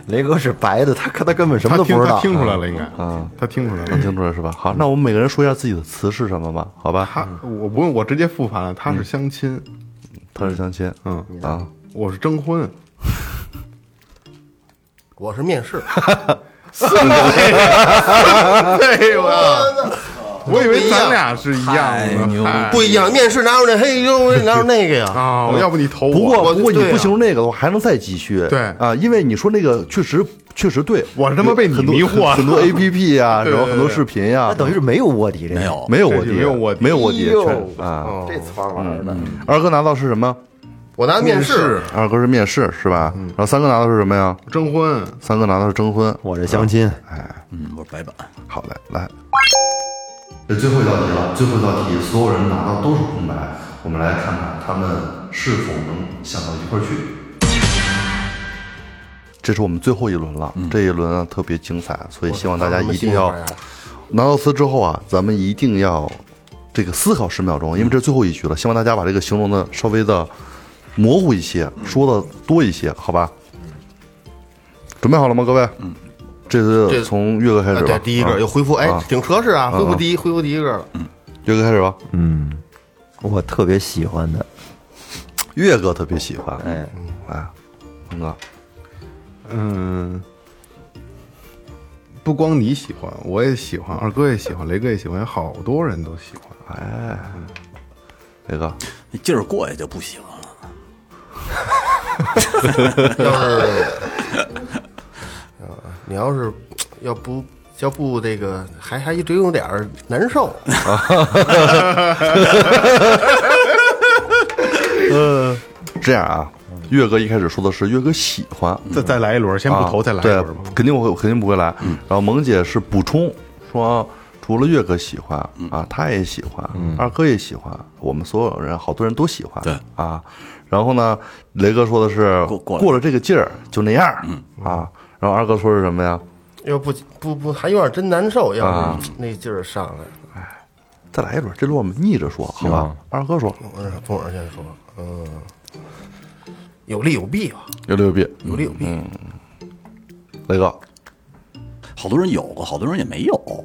S2: 雷哥是白的，他他根本什么
S3: 他
S2: 都
S3: 听
S2: 不知
S3: 他
S2: 道。
S3: 听出来了，应该
S6: 嗯，
S3: 他听出来
S6: 能
S3: 了。
S6: 听出来是吧？好，那我们每个人说一下自己的词是什么吧，
S3: 嗯
S6: 好吧？
S3: 他我不用，我直接复盘了。他是相亲，
S6: 他是相亲，
S3: 嗯，
S6: 啊，
S3: 我是征婚，
S4: 我是面试，
S3: 对吧？我以为咱俩是一样
S5: 太牛
S3: 的，嗨
S4: 不一样。面试哪有那嘿呦喂，哪有那个呀？
S3: 啊！要不你投我？
S6: 不过
S3: 我
S6: 不过你
S4: 对啊
S6: 不形容那个的话，还能再继续。
S3: 对
S6: 啊，因为你说那个确实确实对，
S3: 我他妈被你
S6: 很多
S3: 迷惑了
S6: 很多 A P P 呀，
S3: [LAUGHS] 对对
S6: 然后很多
S3: 对
S6: 视频呀
S2: 那，等于是没有卧底这个
S5: 没有
S6: 没有卧底，啊
S3: 没有卧底哦
S6: 没有卧底
S2: 哎呦
S6: 全啊。嗯
S2: 这方玩的，
S6: 二哥拿到是什么？
S4: 我拿面试，
S6: 二哥是面试是吧？
S3: 嗯
S6: 然后三哥拿到是什么呀？
S3: 征婚，
S6: 三哥拿到是征婚。哎
S2: 我这相亲
S5: 嗯，我是白板，
S6: 好嘞，来。这最后一道题了，最后一道题，所有人拿到都是空白，我们来看看他们是否能想到一块儿去。这是我们最后一轮了，这一轮啊特别精彩，所以希望大家一定要拿到词之后啊，咱们一定要这个思考十秒钟，因为这是最后一局了，希望大家把这个形容的稍微的模糊一些，说的多一些，好吧？准备好了吗，各位？嗯，这
S4: 这
S6: 次从岳哥开
S4: 哎
S6: 始吧
S4: 对，，第一个
S6: 啊
S4: 又恢复，哎
S6: 啊，
S4: 挺合适啊，恢复第一，恢复第一个了。
S6: 岳哥开始吧。
S2: 我特别喜欢的。
S6: 岳哥特别喜欢，
S2: 哎，
S6: 哎，鹏哥，
S3: 嗯，不光你喜欢，我也喜欢，二哥也喜欢，雷哥也喜欢，好多人都喜欢。
S6: 雷哥，
S5: 那劲儿过也就不行了。
S4: 要是，呃你要是要不要不这个，还还一直有点儿难受。
S6: 这样啊，岳哥一开始说的是岳哥喜欢，
S3: 再再来一轮，先不投，
S6: 啊
S3: 再来一
S6: 对
S3: 轮吧。，
S6: 肯定我会肯定不会来。然后萌姐是补充说，除了岳哥喜欢啊，他也喜欢，二哥也喜欢，我们所有人好多人都喜欢，
S5: 对
S6: 啊。然后呢，雷哥说的是
S5: 过过了
S6: 过了这个劲儿就那样啊。然后二哥说是什么呀？
S4: 要不不不，还有点真难受。要是那劲儿上来，
S6: 再来一轮，这轮我们逆着说，好吧？二哥说
S4: 我让冯老师先说，嗯，有利有弊吧，
S6: 有利有弊，
S4: 有利有弊。
S6: 雷哥
S5: 好多人有过，好多人也没有。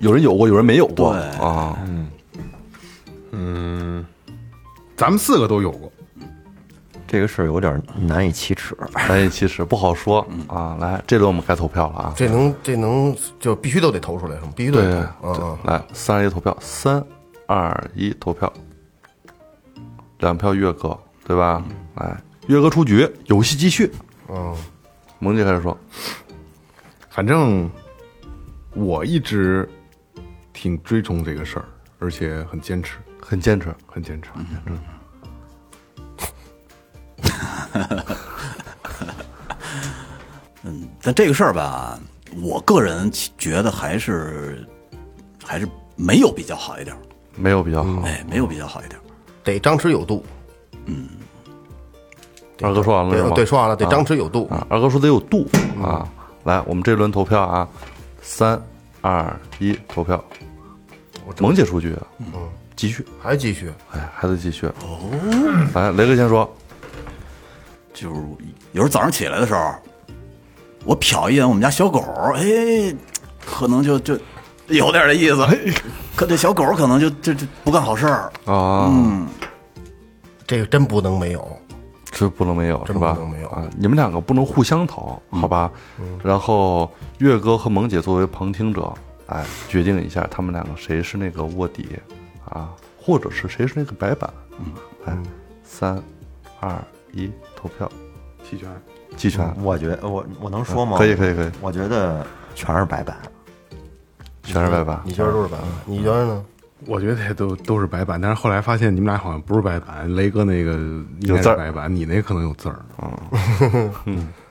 S6: 有人有过，有人没有过
S5: 对
S6: 啊。
S3: 咱们四个都有过，
S2: 这个事儿有点难以启齿。
S6: 难以启齿，哎不好说
S4: 嗯
S6: 啊。来，这轮我们该投票了啊！
S4: 这能这能就必须都得投出来，是吗？必须都
S6: 对
S4: 得
S6: 对
S4: 投。嗯，嗯
S6: 来，三二一投票，三二一投票，两票岳哥，对吧？
S4: 嗯
S6: 来，岳哥出局，游戏继续。嗯，萌姐开始说，
S3: 反正我一直挺追崇这个事儿，而且很坚持，
S6: 很坚持。
S3: 很坚持。嗯
S5: 但这个事儿吧，我个人觉得还是还是没有比较好一点儿，
S6: 没有比较
S4: 嗯
S6: 好。
S5: 哎，没有比较好一点儿。
S4: 得张弛有度。
S6: 二哥说完了是吗？
S4: 对对，说嗯完了，得张弛有度。
S6: 啊，二哥说得有度啊。来，我们这轮投票啊，三二一，投票。萌姐出局，嗯，继续，
S4: 还继续，
S6: 哎，还得继续。哦，来，雷哥先说，
S5: 就是有时候早上起来的时候，我瞟一眼我们家小狗，哎，可能就就有点这意思，可这小狗可能就就就不干好事儿。
S4: 哦
S6: 啊，
S4: 这个真不能没有。
S6: 这不能没有是
S4: 真
S6: 吧？
S4: 不能没有嗯
S6: 啊！你们两个不能互相投，好吧？然后月哥和萌姐作为旁听者，哎，决定一下他们两个谁是那个卧底啊，或者是谁是那个白板？嗯，哎，三二一，投票，
S3: 弃权，
S6: 弃权。
S2: 我觉我我能说吗？
S6: 可以可以可以，
S2: 我觉得全是白板，
S6: 全是白板。
S4: 你觉得都是白的，啊你觉得呢？
S3: 我觉得都都是白板，但是后来发现你们俩好像不是白板，雷哥那个应
S6: 有
S3: 该
S6: 字
S3: 是
S6: 儿
S3: 白板，你那可能有字儿。
S4: 啊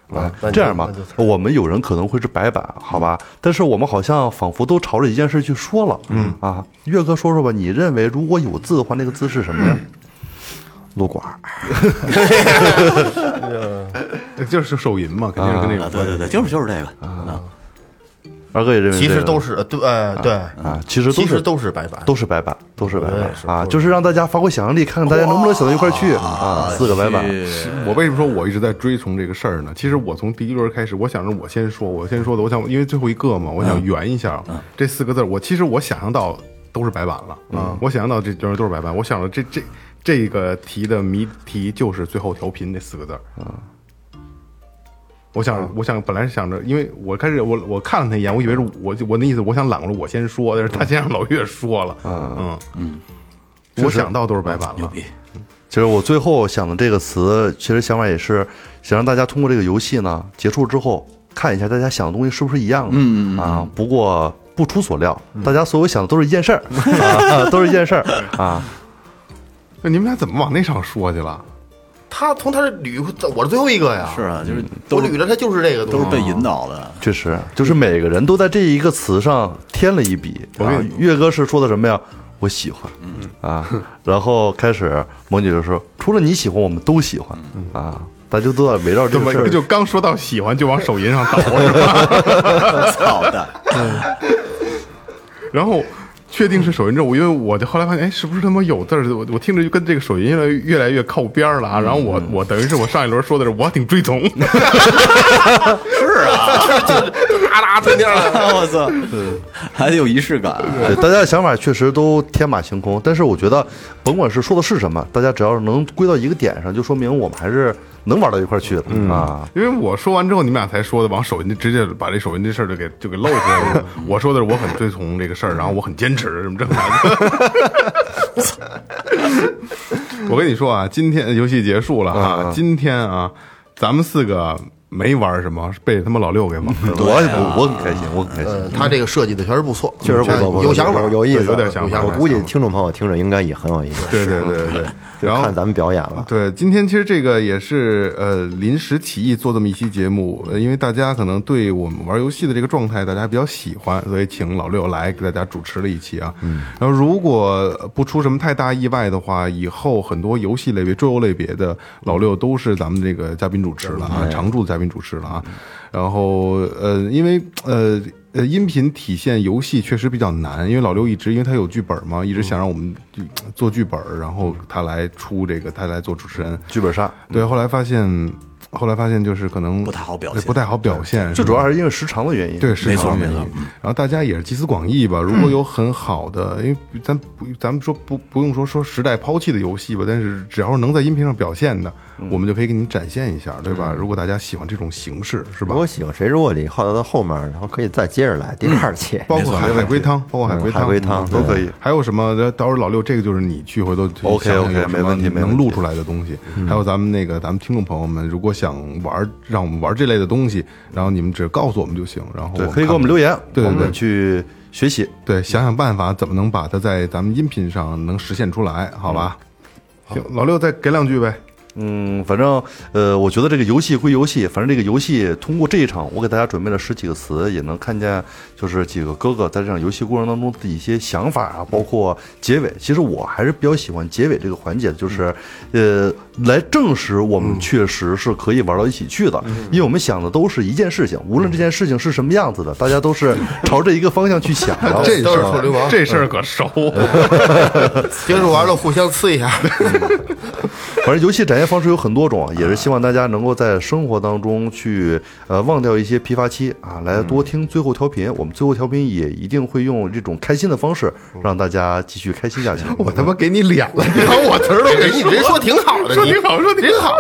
S4: 那就
S6: 这样吧
S4: 那就，嗯
S6: 我们有人可能会是白板，好吧？但是我们好像仿佛都朝着一件事去说了。嗯啊，月哥说说吧，你认为如果有字的话，那个字是什么呀？
S4: 嗯
S2: 撸管儿。
S3: [LAUGHS] 就是手淫嘛，肯定是跟那
S5: 啊，
S3: 个
S5: 对对对，就是就是这个。啊
S6: 二哥也认为
S4: 其
S6: 这
S4: 实
S6: 个
S4: 都是呃对，呃对
S6: 啊，其实都
S4: 其实
S6: 是
S4: 都是白板，
S6: 都是白板，都是白
S4: 我觉
S6: 板
S4: 得是
S6: 啊，
S4: 都是
S6: 就是让大家发挥想象力，看看大家能不能想到一块儿去啊。四个白板，
S3: 我为什么说我一直在追从这个事儿呢？其实我从第一轮开始，我想着我先说，我先说的，我想因为最后一个嘛，我想圆一下、这四个字儿。我其实我想象到都是白板了，嗯，我想象到这就是都是白板。我想着这这这个题的谜题就是最后调频这四个字儿，嗯。我想，我想，本来是想着，因为我开始我我看了他一眼，我以为是我就我那意思，我想揽过来我先说，但是他先让老岳说了，嗯嗯，我想到都是白板了，
S6: 其实我最后想的这个词，其实想法也是想让大家通过这个游戏呢，结束之后看一下大家想的东西是不是一样的。嗯嗯啊，不过不出所料，大家所有想的都是一件事儿、啊，都是一件事儿啊。
S3: 那你们俩怎么往那上说去了？
S4: 他从他这捋，我是最后一个呀，
S5: 是啊，就是
S4: 我
S5: 都
S4: 捋着他就是这个
S5: 都
S4: 东
S5: 是被
S4: 西。
S5: 引导的。
S6: 确实，就是每个人都在这一个词上添了一笔。
S3: 我
S6: 啊
S3: 跟你，
S6: 岳哥是说的什么呀？我喜欢，啊，然后开始萌姐就说，除了你喜欢，我们都喜欢，啊，大家都在围绕这
S3: 怎
S6: 个
S3: 么
S6: 事儿。
S3: 就刚说到喜欢就往手淫上倒
S6: [LAUGHS]
S3: 是吧？
S5: 操蛋！
S3: 然后确定是手淫之后，我因为我就后来发现，哎，是不是他妈有字儿？我我听着就跟这个手淫越来越越来越靠边儿了啊。然后我
S6: 嗯
S3: 我等于是我上一轮说的是我挺追踪，
S4: 啪啦蹭地上了。
S5: 我操，还得有仪式感。
S6: 对，大家的想法确实都天马行空，但是我觉得，甭管是说的是什么，大家只要是能归到一个点上，就说明我们还是能玩到一块儿去的、啊。
S3: 因为我说完之后，你们俩才说的往手淫直接把这手淫这事儿就给就给漏出来 [LAUGHS] 了。我说的是我很追从这个事儿，然后我很坚持什 [LAUGHS] 么正常的。我跟你说啊，今天游戏结束了啊，今天啊，咱们四个没玩什么，是被他妈老六给蒙 [LAUGHS] 了。
S6: 我我我很开心，我很开心。
S4: 呃，他这个设计的确实不错，
S2: 确实不错，不错
S4: 有想法，。
S2: 有意思，
S3: 有点想法
S2: 我估计听众朋友听着应该也很有意思，
S3: 对对对 [LAUGHS] 对对，
S2: 就
S3: 然后
S2: 看咱们表演了。
S3: 对，今天其实这个也是呃临时起意做这么一期节目，呃因为大家可能对我们玩游戏的这个状态大家比较喜欢，所以请老六来给大家主持了一期啊。嗯，然后如果不出什么太大意外的话，以后很多游戏类别、桌游类别的老六都是咱们这个嘉宾主持了啊，常驻嘉宾主持了啊。然后呃，因为呃。呃，音频体现游戏确实比较难，因为老六一直因为他有剧本嘛，一直想让我们呃做剧本，然后他来出这个，他来做主持人。
S6: 剧本杀
S3: 对，后来发现，后来发现就是可能
S5: 不太好表现
S3: 不太好表现，
S6: 最主要还是因为时长的原因。
S3: 对，是
S5: 没错
S3: 长
S5: 没
S3: 原因
S5: 错。
S3: 然后大家也是集思广益吧，如果有很好的，因为咱不咱们说不不用说说时代抛弃的游戏吧，但是只要是能在音频上表现的，我们就可以给你们展现一下，对吧？如果大家喜欢这种形式，是吧
S2: 如？果喜欢谁是卧底，好到到后面，然后可以再接着来第二期。
S3: 包括海海龟汤，包括海
S2: 嗯
S3: 龟汤，
S2: 海龟汤
S3: 嗯
S2: 都
S6: 可以
S3: 还有什么？到时候老六，这个就是你去回头
S6: OK，OK，
S3: 想想有什么
S6: 没问题没问
S3: 能
S6: 题
S3: 录出来的东西。还有咱们那个咱们听众朋友们，如果想玩，让我们玩这类的东西，然后你们只告诉我们就行，然后
S6: 对，可以给我
S3: 言。
S6: 们留言，
S3: 对对
S6: 我们
S3: 对
S6: 去学习。
S3: 对，想想办法怎么能把它在咱们音频上能实现出来，好吧？行，老六再给两句呗。
S6: 嗯，反正呃，我觉得这个游戏归游戏，反正这个游戏通过这一场，我给大家准备了十几个词，也能看见就是几个哥哥在这场游戏过程当中的一些想法啊，包括结尾。其实我还是比较喜欢结尾这个环节的，就是呃，来证实我们确实是可以玩到一起去的，因为我们想的都是一件事情，无论这件事情是什么样子的，大家都是朝着一个方向去想的
S3: 这
S4: 都
S3: 事
S4: 是臭流
S3: 儿
S4: 氓
S3: 这事儿可熟。啊
S4: 结束完了互相呲一下，
S6: [LAUGHS] 反正游戏展现方式有很多种，啊也是希望大家能够在生活当中去呃忘掉一些疲乏期啊，来多听最后调频。我们最后调频也一定会用这种开心的方式，让大家继续开心下去。
S3: 我他妈给你脸了，你把我词儿都
S4: 给
S3: 给
S4: 你人说挺好的，
S3: 说
S4: 你
S3: 挺好，说挺好，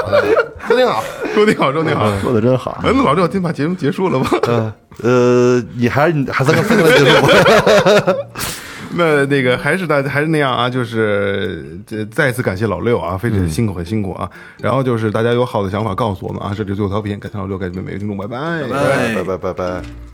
S4: 说挺好。
S3: 说挺好，说挺
S2: [LAUGHS]
S3: 好。
S2: 说的真好。
S3: 嗯，老六，今天把节目结束了吧？
S6: 呃，你还你还在跟分开结束吧？
S3: [LAUGHS] 那那个还是大家还是那样啊，就是这再次感谢老六啊，非常辛苦很辛苦啊。然后就是大家有好的想法告诉我们啊，这里是最后调频，感谢老六，感谢每位听众，拜拜
S5: 拜
S6: 拜拜拜拜。